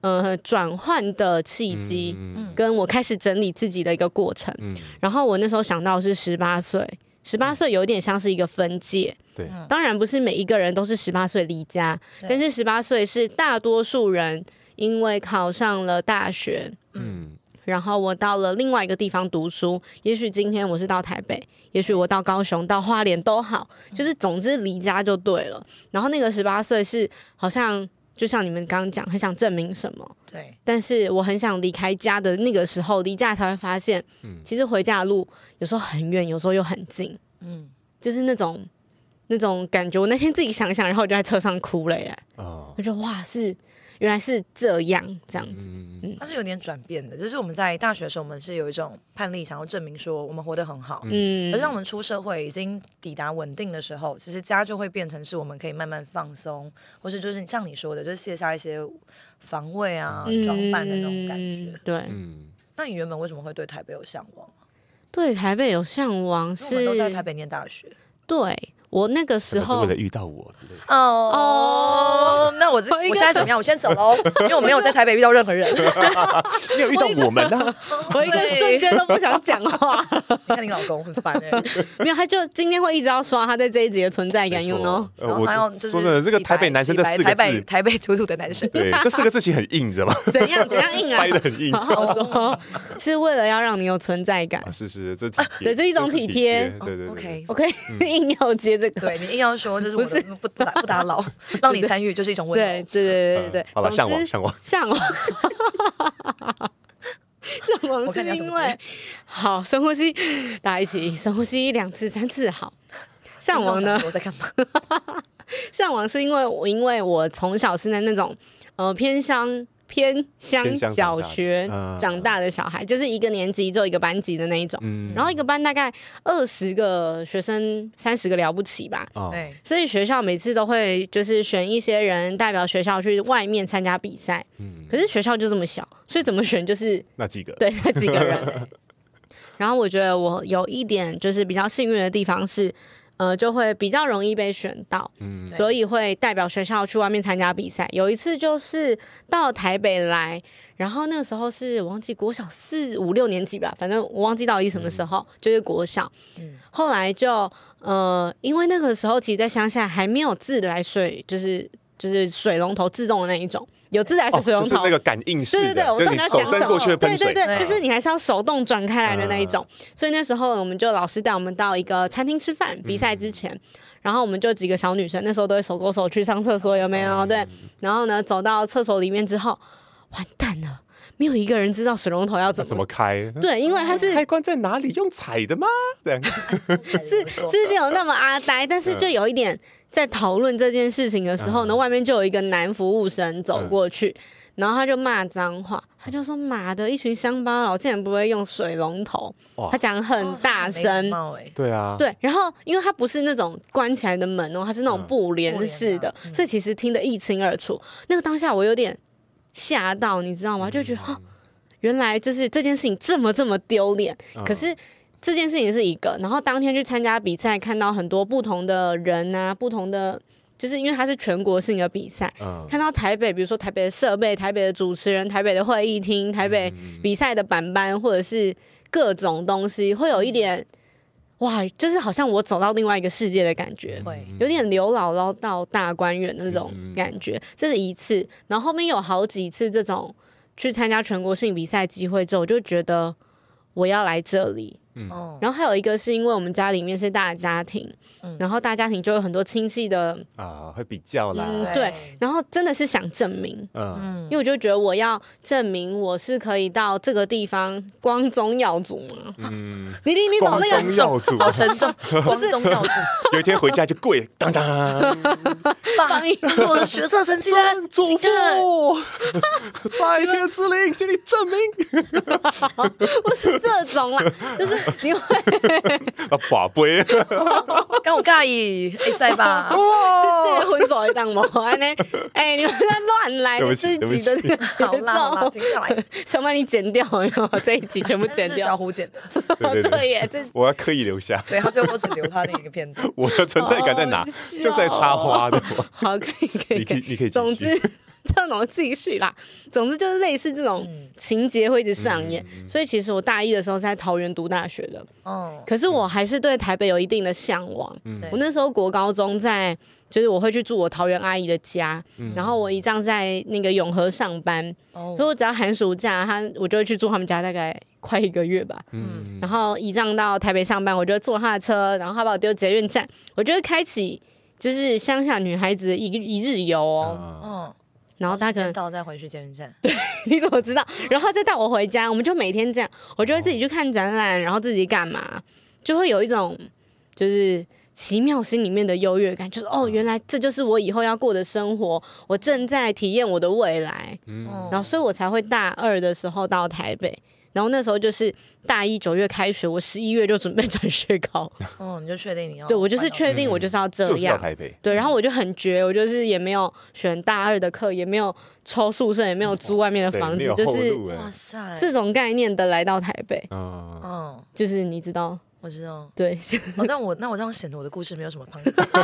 [SPEAKER 2] 呃转换的契机，
[SPEAKER 3] 嗯
[SPEAKER 2] 跟我开始整理自己的一个过程。
[SPEAKER 3] 嗯，
[SPEAKER 2] 然后我那时候想到是十八岁，十八岁有点像是一个分界，
[SPEAKER 3] 嗯对，
[SPEAKER 2] 当然不是每一个人都是十八岁离家，
[SPEAKER 1] 对
[SPEAKER 2] 但是十八岁是大多数人因为考上了大学，
[SPEAKER 3] 嗯
[SPEAKER 2] 然后我到了另外一个地方读书，也许今天我是到台北，也许我到高雄、到花莲都好，就是总之离家就对了。然后那个十八岁是好像就像你们刚刚讲，很想证明什么，
[SPEAKER 1] 对，
[SPEAKER 2] 但是我很想离开家的那个时候，离家才会发现，
[SPEAKER 3] 嗯
[SPEAKER 2] 其实回家的路有时候很远，有时候又很近，
[SPEAKER 1] 嗯，
[SPEAKER 2] 就是那种那种感觉。我那天自己想想，然后我就在车上哭了耶，
[SPEAKER 3] 哦，
[SPEAKER 2] 我就哇是原来是这样这样子，
[SPEAKER 3] 嗯
[SPEAKER 1] 它是有点转变的，就是我们在大学的时候，我们是有一种叛逆，想要证明说我们活得很好。
[SPEAKER 2] 嗯
[SPEAKER 1] 可是，当我们出社会已经抵达稳定的时候，其实家就会变成是我们可以慢慢放松，或是就是像你说的，就是卸下一些防卫啊、装扮的那种感觉
[SPEAKER 2] 嗯。对。
[SPEAKER 3] 嗯，
[SPEAKER 1] 那你原本为什么会对台北有向往？
[SPEAKER 2] 对台北有向往
[SPEAKER 1] 因为我们
[SPEAKER 2] 是，
[SPEAKER 1] 都在台北念大学。
[SPEAKER 2] 对我那个
[SPEAKER 3] 可
[SPEAKER 2] 时
[SPEAKER 3] 能是
[SPEAKER 2] 候
[SPEAKER 3] 为了遇到我之类的，
[SPEAKER 1] 哦，那我这
[SPEAKER 2] 我应该
[SPEAKER 1] 我现在怎么样？我先走喽，因为我没有在台北遇到任何人。
[SPEAKER 3] 没有遇到我们呢，啊
[SPEAKER 2] 我一个瞬间都不想讲话，
[SPEAKER 1] 你看你老公很烦哎、
[SPEAKER 2] 没有，他就今天会一直要刷他在这一集的存在感
[SPEAKER 3] 没
[SPEAKER 2] 哎，you
[SPEAKER 3] 错
[SPEAKER 2] know。
[SPEAKER 3] 呃
[SPEAKER 1] 然后还有
[SPEAKER 3] 我
[SPEAKER 1] 就是
[SPEAKER 3] 说真的，这个
[SPEAKER 1] 洗白
[SPEAKER 3] 台北男生
[SPEAKER 1] 洗
[SPEAKER 3] 这
[SPEAKER 1] 白
[SPEAKER 3] 四个
[SPEAKER 1] 台北
[SPEAKER 3] 字，
[SPEAKER 1] 台北土土的男生，
[SPEAKER 3] 对，这四个字其实很硬，你知道吗？
[SPEAKER 2] 怎样怎样硬啊
[SPEAKER 3] 掰？的很硬
[SPEAKER 2] 好好 说，是为了要让你有存在感
[SPEAKER 3] 啊，。是是，这体贴
[SPEAKER 2] 对这是一种体贴哦
[SPEAKER 3] 这是对对对
[SPEAKER 1] o k
[SPEAKER 2] 我可以
[SPEAKER 3] 嗯
[SPEAKER 2] 硬要接这个，
[SPEAKER 1] 对你硬要说这是我
[SPEAKER 2] 不是
[SPEAKER 1] 的不不打不打扰，让你参与就是一种温
[SPEAKER 2] 对
[SPEAKER 1] 柔。
[SPEAKER 2] 对对对
[SPEAKER 3] 嗯
[SPEAKER 2] 对对。
[SPEAKER 3] 好了，
[SPEAKER 2] 总
[SPEAKER 3] 向往
[SPEAKER 2] 之
[SPEAKER 3] 向往，
[SPEAKER 2] 向往， 向往
[SPEAKER 1] 我
[SPEAKER 2] 是
[SPEAKER 1] 看你要怎
[SPEAKER 2] 因
[SPEAKER 1] 么
[SPEAKER 2] 为好深呼吸，大家一起深呼吸两次三次好。向往呢？
[SPEAKER 1] 我在干嘛？
[SPEAKER 2] 向往是因为我因为我从小是在那种呃偏乡偏乡
[SPEAKER 3] 偏乡长
[SPEAKER 2] 小
[SPEAKER 3] 大的
[SPEAKER 2] 学
[SPEAKER 3] 嗯
[SPEAKER 2] 长大的小孩，就是一个年级只有一个班级的那一种，
[SPEAKER 3] 嗯
[SPEAKER 2] 然后一个班大概二十个学生，三十个了不起吧。
[SPEAKER 3] 哦
[SPEAKER 1] 对，
[SPEAKER 2] 所以学校每次都会就是选一些人代表学校去外面参加比赛，
[SPEAKER 3] 嗯
[SPEAKER 2] 可是学校就这么小，所以怎么选就是
[SPEAKER 3] 那几个，
[SPEAKER 2] 对，那几个人 欸、然后我觉得我有一点就是比较幸运的地方是，呃，就会比较容易被选到，
[SPEAKER 3] 嗯
[SPEAKER 1] 对
[SPEAKER 2] 所以会代表学校去外面参加比赛。有一次就是到台北来，然后那个时候是我忘记国小四五六年级吧，反正我忘记到底什么时候，就是国小。
[SPEAKER 1] 嗯
[SPEAKER 2] 后来就呃，因为那个时候其实，在乡下还没有自来水，就是就是水龙头自动的那一种。有自来水水
[SPEAKER 3] 哦就
[SPEAKER 2] 龙
[SPEAKER 3] 是
[SPEAKER 2] 头
[SPEAKER 3] 那，个感应式
[SPEAKER 2] 对对
[SPEAKER 3] 的，
[SPEAKER 2] 对，我
[SPEAKER 3] 就是
[SPEAKER 2] 懂
[SPEAKER 3] 你
[SPEAKER 2] 你在
[SPEAKER 3] 手
[SPEAKER 2] 讲什
[SPEAKER 3] 伸
[SPEAKER 2] 么。
[SPEAKER 3] 过去的喷水，
[SPEAKER 2] 对对
[SPEAKER 1] 嗯
[SPEAKER 2] 对，就是你还是要手动转开来的那一种。所以那时候我们就老师带我们到一个餐厅吃饭，比赛之前。然后我们就几个小女生，那时候都会手勾手去上厕所，有没
[SPEAKER 3] 嗯
[SPEAKER 2] 有？对。然后呢，走到厕所里面之后，完蛋了，没有一个人知道水龙头要
[SPEAKER 3] 那
[SPEAKER 2] 怎么。
[SPEAKER 3] 怎么开？
[SPEAKER 2] 对，因为它是
[SPEAKER 3] 开关在哪里？用踩的吗？这样
[SPEAKER 2] 是是没有那么阿呆，但是就有一点在讨论这件事情的时候呢，
[SPEAKER 3] 嗯
[SPEAKER 2] 外面就有一个男服务生走过去，然后他就骂脏话，他就说：“妈的，一群乡巴佬竟然不会用水龙头
[SPEAKER 3] 哇！”
[SPEAKER 2] 他讲很大声。
[SPEAKER 1] 哎，
[SPEAKER 3] 对啊，
[SPEAKER 2] 对，然后因为它不是那种关起来的门哦，它是那种
[SPEAKER 3] 嗯
[SPEAKER 2] 布帘式的，
[SPEAKER 1] 布帘的嗯
[SPEAKER 2] 所以其实听得一清二楚。那个当下我有点吓到，你知道吗？就觉得
[SPEAKER 3] 嗯
[SPEAKER 2] 啊，原来就是这件事情这么这么丢脸。
[SPEAKER 3] 嗯
[SPEAKER 2] 可是这件事情是一个，然后当天去参加比赛，看到很多不同的人啊，不同的，就是因为它是全国性的比赛，
[SPEAKER 3] 嗯
[SPEAKER 2] 看到台北，比如说台北的设备、台北的主持人、台北的会议厅、台
[SPEAKER 3] 嗯
[SPEAKER 2] 北比赛的板板，或者是各种东西，会有一点哇，就是好像我走到另外一个世界的感
[SPEAKER 3] 嗯
[SPEAKER 2] 觉。
[SPEAKER 1] 会
[SPEAKER 2] 有点刘姥姥到大观园的那种
[SPEAKER 3] 嗯嗯嗯
[SPEAKER 2] 感觉，这是一次。然后后面有好几次这种去参加全国性比赛机会之后，我就觉得我要来这里。
[SPEAKER 3] 嗯
[SPEAKER 1] 哦，
[SPEAKER 2] 然后还有一个是因为我们家里面是大家庭，
[SPEAKER 1] 嗯
[SPEAKER 2] 然后大家庭就有很多亲戚的，
[SPEAKER 3] 啊，会比较啦，
[SPEAKER 2] 嗯对然后真的是想证明。
[SPEAKER 3] 嗯，
[SPEAKER 1] 嗯
[SPEAKER 2] 因为我就觉得我要证明我是可以到这个地方光宗耀祖嘛，
[SPEAKER 3] 嗯，
[SPEAKER 2] 你你你懂
[SPEAKER 3] 光
[SPEAKER 2] 那
[SPEAKER 3] 宗
[SPEAKER 2] 个
[SPEAKER 3] 耀祖，
[SPEAKER 1] 好沉重，光宗耀祖，
[SPEAKER 3] 有一天回家就跪，当当，
[SPEAKER 1] 爸
[SPEAKER 2] 翻译，
[SPEAKER 1] 这是我的学测成绩单，
[SPEAKER 3] 祖
[SPEAKER 1] 请看
[SPEAKER 3] 父，在天之灵，请你证明
[SPEAKER 2] 不是这种啦，就是你会
[SPEAKER 3] 啊，法杯，
[SPEAKER 1] 跟我尬意，哎塞吧，
[SPEAKER 2] 这个分手的档谋安 呢？哎、你们在乱来
[SPEAKER 3] 对不
[SPEAKER 2] 的
[SPEAKER 3] 起
[SPEAKER 2] 自己的节
[SPEAKER 1] 好啦好啦，
[SPEAKER 2] 奏，
[SPEAKER 1] 停下 来，
[SPEAKER 2] 想把你剪掉，然后这一集全部剪
[SPEAKER 1] 这是小
[SPEAKER 2] 掉。哦
[SPEAKER 1] 虎剪的，
[SPEAKER 3] 对对
[SPEAKER 2] 对
[SPEAKER 3] 对，
[SPEAKER 2] 耶，这
[SPEAKER 3] 我要刻意留下
[SPEAKER 1] 对，他最后都只留他那一个片 段。
[SPEAKER 3] 我的存在感在哪，
[SPEAKER 2] 好笑
[SPEAKER 3] 就是在插花的，
[SPEAKER 2] 好可以可以
[SPEAKER 3] 你
[SPEAKER 2] 可
[SPEAKER 3] 可以
[SPEAKER 2] 以。
[SPEAKER 3] 你可以继续
[SPEAKER 2] 总之， 这种继续啦。总之就是类似这种情节会一直上演，所以其实我大一的时候是在桃园读大学的，
[SPEAKER 1] 哦，
[SPEAKER 2] 可是我还是对台北有一定的向往。
[SPEAKER 3] 嗯
[SPEAKER 1] 对
[SPEAKER 2] 我那时候国高中在，就是我会去住我桃园阿姨的家，然后我姨丈在那个永和上班，所以
[SPEAKER 1] 哦，
[SPEAKER 2] 我只要寒暑假，他我就会去住他们家，大概快一个月吧。
[SPEAKER 3] 嗯
[SPEAKER 2] 然后一仗到台北上班，我就坐他的车，然后他把我丢捷运站，我就会开启就是乡下女孩子的一一日游哦。
[SPEAKER 3] 嗯
[SPEAKER 1] 嗯，
[SPEAKER 2] 然后他可
[SPEAKER 1] 时间
[SPEAKER 2] 能
[SPEAKER 1] 到再回去捷运站，
[SPEAKER 2] 你怎么知道？然后再带我回家，我们就每天这样，我就会自己去看展览，然后自己干嘛，就会有一种就是。奇妙心里面的优越感，就是哦，原来这就是我以后要过的生活，我正在体验我的未来。
[SPEAKER 3] 嗯
[SPEAKER 1] 嗯
[SPEAKER 2] 然后所以我才会大二的时候到台北，然后那时候就是大一九月开学，我十一月就准备转学考，
[SPEAKER 1] 哦，你就确定你要
[SPEAKER 2] 对我就是
[SPEAKER 1] 换到
[SPEAKER 2] 确定我就是要这
[SPEAKER 3] 嗯就是要
[SPEAKER 2] 样。
[SPEAKER 3] 台北，
[SPEAKER 2] 对，然后我就很绝，我就是也没有选大二的课，也没有抽宿舍，也没有租外面的
[SPEAKER 3] 对
[SPEAKER 2] 房子
[SPEAKER 3] 没有，
[SPEAKER 2] 就
[SPEAKER 3] 后
[SPEAKER 2] 是
[SPEAKER 3] 路哎
[SPEAKER 1] 哇，塞，
[SPEAKER 2] 这种概念的来到台北，
[SPEAKER 3] 嗯，
[SPEAKER 1] 嗯，
[SPEAKER 2] 就是你知道，
[SPEAKER 1] 我知道。
[SPEAKER 2] 对，
[SPEAKER 1] 哦，但我那我这样显得我的故事没有什么旁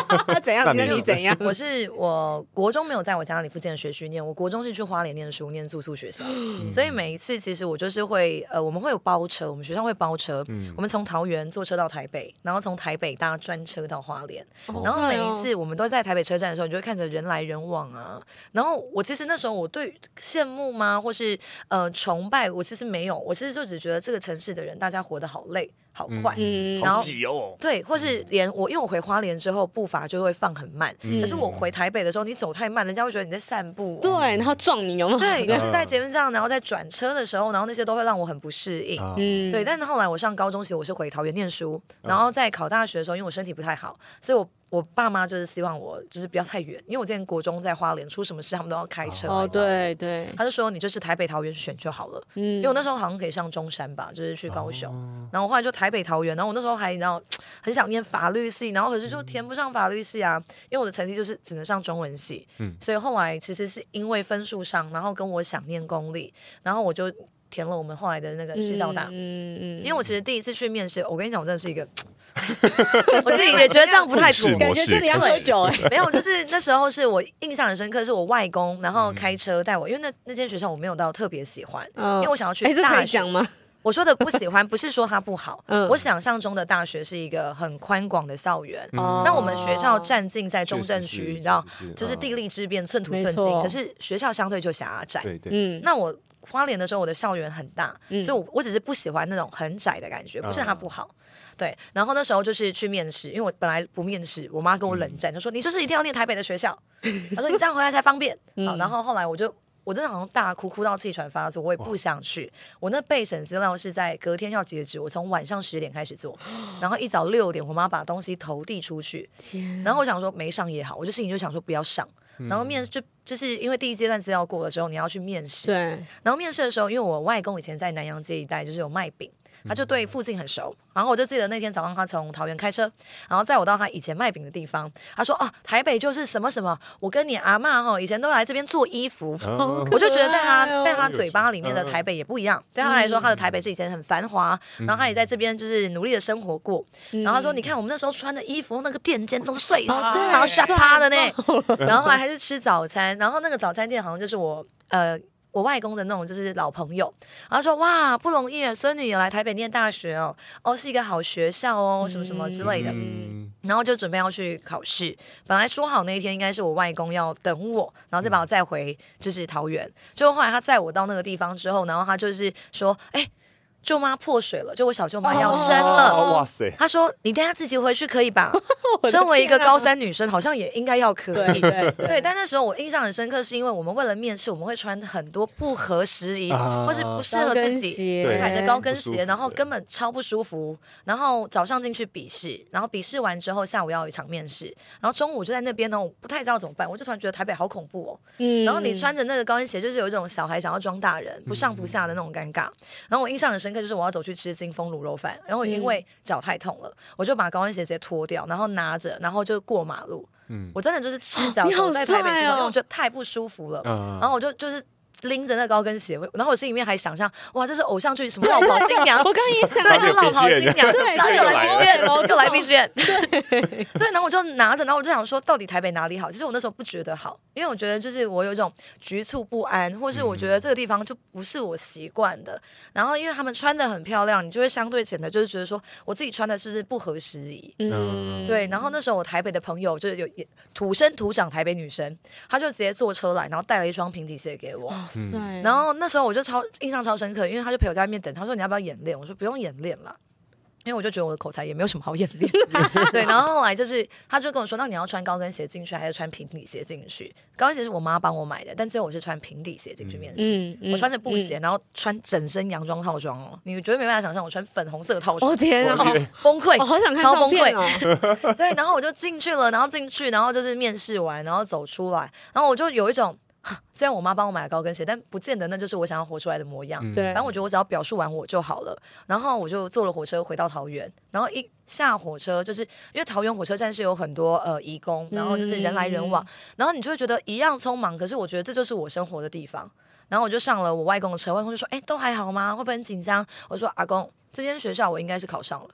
[SPEAKER 2] 怎样？那
[SPEAKER 3] 那你
[SPEAKER 2] 你
[SPEAKER 3] 有
[SPEAKER 2] 怎样？
[SPEAKER 1] 我是我国中没有在我家里附近的学区念，我国中是去花莲念书，念住宿学校，
[SPEAKER 2] 嗯
[SPEAKER 1] 所以每一次其实我就是会呃，我们会有包车，我们学校会包车，
[SPEAKER 2] 嗯
[SPEAKER 1] 我们从桃园坐车到台北，然后从台北搭专车到花莲，哦
[SPEAKER 2] 哦
[SPEAKER 1] 然后每一次我们都在台北车站的时候，你就会看着人来人往啊。然后我其实那时候我对羡慕吗，或是呃崇拜，我其实没有，我其实就只觉得这个城市的人大家活得好累好快，
[SPEAKER 2] 嗯，
[SPEAKER 1] 然后
[SPEAKER 3] 挤哦，
[SPEAKER 1] 对，或是连我，因为我回花莲之后步伐就会放很慢，可是我回台北的时候，你走太慢，人家会觉得你在散步。
[SPEAKER 2] 嗯对，然后撞你有没有？
[SPEAKER 1] 对，就是在节目上，然后在转车的时候，然后那些都会让我很不适应。
[SPEAKER 3] 啊
[SPEAKER 2] 嗯，
[SPEAKER 1] 对，但是后来我上高中，其实我是回桃园念书，然后在考大学的时候，因为我身体不太好，所以我我爸妈就是希望我就是不要太远，因为我之前国中在花莲出什么事，他们都要开车来
[SPEAKER 2] 哦，
[SPEAKER 1] 找我
[SPEAKER 2] 对对，
[SPEAKER 1] 他就说你就是台北桃园选就好了，
[SPEAKER 2] 嗯
[SPEAKER 1] 因
[SPEAKER 2] 哦
[SPEAKER 1] 为我那时候好像可以上中山吧，就是去高雄，然后我后来就台北桃园，然后我那时候还你知道很想念法律系，然后可是
[SPEAKER 2] 嗯
[SPEAKER 1] 就填不上法律系啊，因为我的成绩就是只能上中文系，
[SPEAKER 3] 嗯
[SPEAKER 1] 所以后来其实是因为分数上，然后跟我想念公立，然后我就填了我们后来的那个西交大，
[SPEAKER 2] 嗯嗯，
[SPEAKER 1] 因为我其实第一次去面试，我跟你讲，我真的是一 个，我自己也觉得这样 不太妥
[SPEAKER 3] 是。
[SPEAKER 2] 感
[SPEAKER 3] 模
[SPEAKER 2] 觉
[SPEAKER 3] 式
[SPEAKER 2] 这里要喝酒哎，
[SPEAKER 1] 没有，就是那时候是我印象很深刻，是我外
[SPEAKER 3] 嗯
[SPEAKER 1] 公，然后开车带我，因为那那间学校我没有到特别喜欢，
[SPEAKER 2] 嗯
[SPEAKER 1] 因为我想要去
[SPEAKER 2] 哎，这可
[SPEAKER 1] 大
[SPEAKER 2] 以
[SPEAKER 1] 学
[SPEAKER 2] 讲吗？
[SPEAKER 1] 我说的不喜欢，不是说它不好。
[SPEAKER 2] 嗯
[SPEAKER 1] 我想象中的大学是一个很宽广的校园。嗯
[SPEAKER 2] 哦
[SPEAKER 1] 那我们学校占尽在中正
[SPEAKER 3] 嗯确实是
[SPEAKER 1] 区，你知道
[SPEAKER 3] 是是是，
[SPEAKER 1] 就是
[SPEAKER 3] 嗯
[SPEAKER 1] 地利之便，寸土
[SPEAKER 2] 没
[SPEAKER 1] 寸金。
[SPEAKER 2] 错
[SPEAKER 1] 可是学校相对就狭窄。
[SPEAKER 3] 对对，
[SPEAKER 2] 嗯，
[SPEAKER 1] 那我花莲的时候，我的校园很大，
[SPEAKER 2] 嗯啊
[SPEAKER 1] 所以我我只是不喜欢那种很窄的感觉，不是它
[SPEAKER 3] 嗯
[SPEAKER 1] 不好。对，然后那时候就是去面试，因为我本来不面试，我妈跟我冷
[SPEAKER 2] 嗯
[SPEAKER 1] 战，就说你就是一定要念台北的学校， 她说你这样回来才方便。
[SPEAKER 2] 嗯
[SPEAKER 1] 好，然后后来我就。我真的好像大哭，哭到气喘发作，我也不想去。我那备审资料是在隔天要截止，我从晚上十点开始 做，然后一早六点，我妈把东西投递出去，
[SPEAKER 2] 啊
[SPEAKER 1] 然后我想说没上也好，我就心里就想说不要上。
[SPEAKER 2] 嗯
[SPEAKER 1] 然后面就就是因为第一阶段资料过了之后，你要去面试，
[SPEAKER 2] 对，
[SPEAKER 1] 然后面试的时候，因为我外公以前在南洋街一带就是有卖饼，他就对附近很熟。然后我就记得那天早上他从桃园开车，然后载我到他以前卖饼的地方。他说：“哦，台北就是什么什么，我跟你阿嬷哈、以前都来这边做衣服。”
[SPEAKER 3] 嗯
[SPEAKER 1] 我就觉得在
[SPEAKER 2] 好可爱
[SPEAKER 1] 他
[SPEAKER 2] 哦
[SPEAKER 1] 在他嘴巴里面的台北也不一样，对他来说，他的台北是以前很繁华，然后他也在这边就是努力的生活过。然后他
[SPEAKER 2] 嗯
[SPEAKER 3] 嗯
[SPEAKER 1] 说：“你看我们那时候穿的衣服，那个垫肩都是碎
[SPEAKER 3] 啊
[SPEAKER 1] 丝，然后下趴的呢。” 然后后来还去吃早餐，然后那个早餐店好像就是我呃。我外公的那种就是老朋友，然后说哇不容易耶，孙女也来台北念大学哦，哦是一个好学校哦，什么什么之类的，
[SPEAKER 3] 嗯，
[SPEAKER 1] 然后就准备要去考试。本来说好那一天应该是我外公要等我，然后再把
[SPEAKER 3] 嗯
[SPEAKER 1] 我载回就是桃园。结果后来他载我到那个地方之后，然后他就是说，哎、舅妈破水了，就我小舅妈要生了。
[SPEAKER 3] 哦哇塞，
[SPEAKER 1] 他说：“你等一下自己回去可以 吧？身为一个高三女生，好像也应该要可以。
[SPEAKER 2] 啊对对
[SPEAKER 1] 对，但那时候我印象很深刻，是因为我们为了面试，我们会穿很多不合时宜、
[SPEAKER 3] 啊
[SPEAKER 1] 或是不 适合自己，
[SPEAKER 2] 高跟鞋
[SPEAKER 1] 踩着高跟
[SPEAKER 3] 不舒
[SPEAKER 1] 鞋，
[SPEAKER 3] 服
[SPEAKER 1] 然后
[SPEAKER 3] 对
[SPEAKER 1] 根本超不舒服。然后早上进去笔试，然后笔试完之后下午要有一场面试，然后中午就在那边哦呢，我不太知道怎么办，我就突然觉得台北好恐怖哦。
[SPEAKER 2] 嗯
[SPEAKER 1] 然后你穿着那个高跟鞋，就是有一种小孩想要装大人，不上不下的那种尴尬。然后我印象很深刻，就是我要走去吃金丰卤肉饭，然后因为脚太痛
[SPEAKER 3] 嗯
[SPEAKER 1] 了，我就把高跟鞋直接脱掉，然后拿着，然后就过马路。
[SPEAKER 3] 嗯
[SPEAKER 1] 我真的就是赤脚
[SPEAKER 2] 你好
[SPEAKER 1] 走在台北
[SPEAKER 2] 帅
[SPEAKER 1] 市
[SPEAKER 2] 哦
[SPEAKER 1] 道，因为我觉得太不舒服了。
[SPEAKER 3] 嗯
[SPEAKER 1] 然后我就就是拎着那高跟鞋，我然后我心里面还想象，哇，这是偶像剧什么绕跑新 娘，
[SPEAKER 2] 我刚 刚也想嗯
[SPEAKER 1] 对，
[SPEAKER 3] 这
[SPEAKER 1] 就
[SPEAKER 3] 个
[SPEAKER 1] 老跑新娘，
[SPEAKER 2] 对
[SPEAKER 1] 然后又来 B 卷，
[SPEAKER 2] 这个
[SPEAKER 1] 又来 B 卷，对，对，然后我就拿着，然后我就想说，到底台北哪里好？其实我那时候不觉得好，因为我觉得就是我有一种局促不安，或是我觉得这个地方就不是我习惯的。然后因为他们穿的很漂亮，你就会相对显得就是觉得说我自己穿的是不是不合时宜？
[SPEAKER 2] 嗯
[SPEAKER 1] 对，然后那时候我台北的朋友就是有也土生土长台北女生，她就直接坐车来，然后带了一双平底鞋给我。
[SPEAKER 2] 对，
[SPEAKER 1] 然后那时候我就超印象超深刻，因为他就陪我在外面等，他说你要不要演练？我说不用演练了。因为我就觉得我的口才也没有什么好演练， 对。然后后来就是，他就跟我说，那你要穿高跟鞋进去还是穿平底鞋进去？高跟鞋是我妈帮我买的，但最后我是穿平底鞋进去面试。
[SPEAKER 2] 嗯，嗯
[SPEAKER 1] 我穿着布鞋，，然后穿整身洋装套装哦，你绝对没办法想象我穿粉红色的套
[SPEAKER 2] 嗯
[SPEAKER 1] 装
[SPEAKER 2] 哦，天啊，
[SPEAKER 3] 我以为
[SPEAKER 1] 崩溃，
[SPEAKER 2] 我好想看
[SPEAKER 1] 超
[SPEAKER 2] 照
[SPEAKER 1] 崩
[SPEAKER 2] 片
[SPEAKER 1] 溃。
[SPEAKER 2] 哦，
[SPEAKER 1] 对，然后我就进去了，然后进去，然后就是面试完，然后走出来，然后我就有一种，哈虽然我妈帮我买了高跟鞋，但不见得那就是我想要活出来的模样。
[SPEAKER 3] 嗯
[SPEAKER 2] 对
[SPEAKER 1] 反正我觉得我只要表述完我就好了，然后我就坐了火车回到桃园，然后一下火车就是因为桃园火车站是有很多呃移工，然后就是人来人
[SPEAKER 2] 嗯
[SPEAKER 1] 往，然后你就会觉得一样匆忙，可是我觉得这就是我生活的地方。然后我就上了我外公的车，外公就说：“哎、都还好吗？会不会很紧张？”我说：“阿公，这间学校我应该是考 上了。”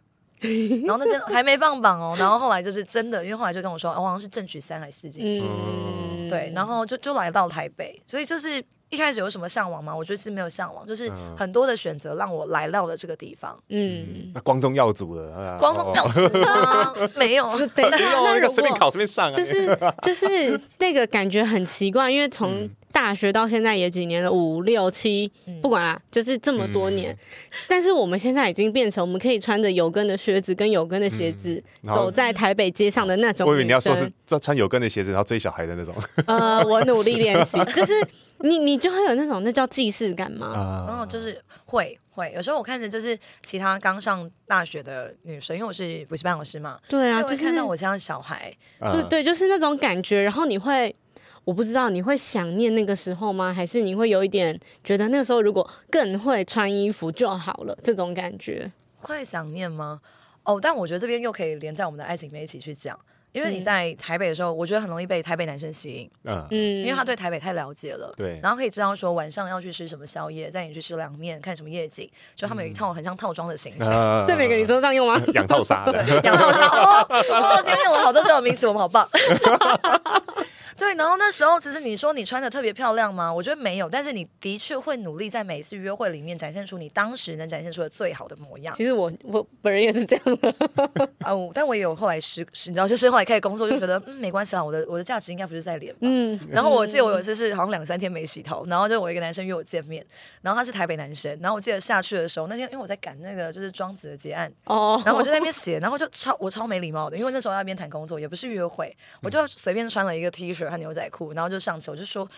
[SPEAKER 1] 然后那间还没放榜哦，然后后来就是真的，因为后来就跟我说，哦、我好像是正取三还是四进去，
[SPEAKER 2] 嗯，
[SPEAKER 1] 对，然后就就来到台北，所以就是一开始有什么向往吗？我觉得是没有向往，就是
[SPEAKER 3] 嗯
[SPEAKER 1] 很多的选择让我来到了这个地方，
[SPEAKER 2] 嗯，
[SPEAKER 3] 那光宗耀祖了，啊
[SPEAKER 1] 光宗
[SPEAKER 3] 哦
[SPEAKER 1] 耀祖 吗？没有，
[SPEAKER 2] 就对， 那
[SPEAKER 3] 不用
[SPEAKER 2] 那
[SPEAKER 3] 那
[SPEAKER 2] 如
[SPEAKER 3] 个
[SPEAKER 2] 果
[SPEAKER 3] 随便考随便上啊，
[SPEAKER 2] 就是就是那个感觉很奇怪，因为
[SPEAKER 3] 嗯
[SPEAKER 2] 从大学到现在也几年了，五六七，
[SPEAKER 1] 嗯
[SPEAKER 2] 不管啦，就是这么多年。
[SPEAKER 3] 嗯
[SPEAKER 2] 但是我们现在已经变成，我们可以穿着有跟的靴子跟有跟的鞋子、
[SPEAKER 3] 嗯然后
[SPEAKER 2] 走在台北街上的那种。
[SPEAKER 3] 我以为你要说是，穿穿有跟的鞋子，然后追小孩的那种
[SPEAKER 2] 呃，我努力练习， 就是你你就会有那种那叫既视感吗？
[SPEAKER 1] 然
[SPEAKER 3] 啊
[SPEAKER 1] 后就是会会，有时候我看着就是其他刚上大学的女生，因为我是补习班老师嘛，
[SPEAKER 2] 对
[SPEAKER 1] 所
[SPEAKER 2] 啊，
[SPEAKER 1] 以我
[SPEAKER 2] 就
[SPEAKER 1] 会
[SPEAKER 2] 是
[SPEAKER 1] 看到我这样的小孩，
[SPEAKER 2] 对
[SPEAKER 3] 啊
[SPEAKER 2] 对，就是那种感觉。然后你会，我不知道你会想念那个时候吗？还是你会有一点觉得那个时候如果更会穿衣服就好了这种感觉？
[SPEAKER 1] 会想念吗？哦，但我觉得这边又可以连在我们的爱情里面一起去讲，因为你在台北的时候，我觉得很容易被台北男生吸引，
[SPEAKER 3] 嗯
[SPEAKER 2] 嗯，
[SPEAKER 1] 因为他对台北太了解了。
[SPEAKER 3] 对
[SPEAKER 1] 然后可以知道说晚上要去吃什么宵夜，带你去吃凉面，看什么夜景，就他们
[SPEAKER 2] 嗯
[SPEAKER 1] 有一套很像套装的行 程。
[SPEAKER 3] 啊
[SPEAKER 2] 对每个女生这样用吗？
[SPEAKER 3] 嗯养套杀的，
[SPEAKER 1] 养套餐哦，哦，今天我好多这种名词，我们好棒。 对，然后那时候其实你说你穿的特别漂亮吗？我觉得没有，但是你的确会努力在每一次约会里面展现出你当时能展现出的最好的模样。
[SPEAKER 2] 其实我我本人也是这样的，
[SPEAKER 1] 啊，我但我也有后来失，失你知道，就是后来开始工作就觉得，嗯，没关系啦，我的我的价值应该不是在脸吧。
[SPEAKER 2] 嗯，
[SPEAKER 1] 然后我记得我有一次是好像两三天没洗头，然后就我一个男生约我见面，然后他是台北男生，然后我记得下去的时候，那天因为我在赶那个就是庄子的结案，
[SPEAKER 2] 哦，
[SPEAKER 1] 然后我就在那边写，然后就超我超没礼貌的，因为那时候要一边谈工作，也不是约会，我就随便穿了一个 T 恤和牛仔裤，然后就上去，我就说。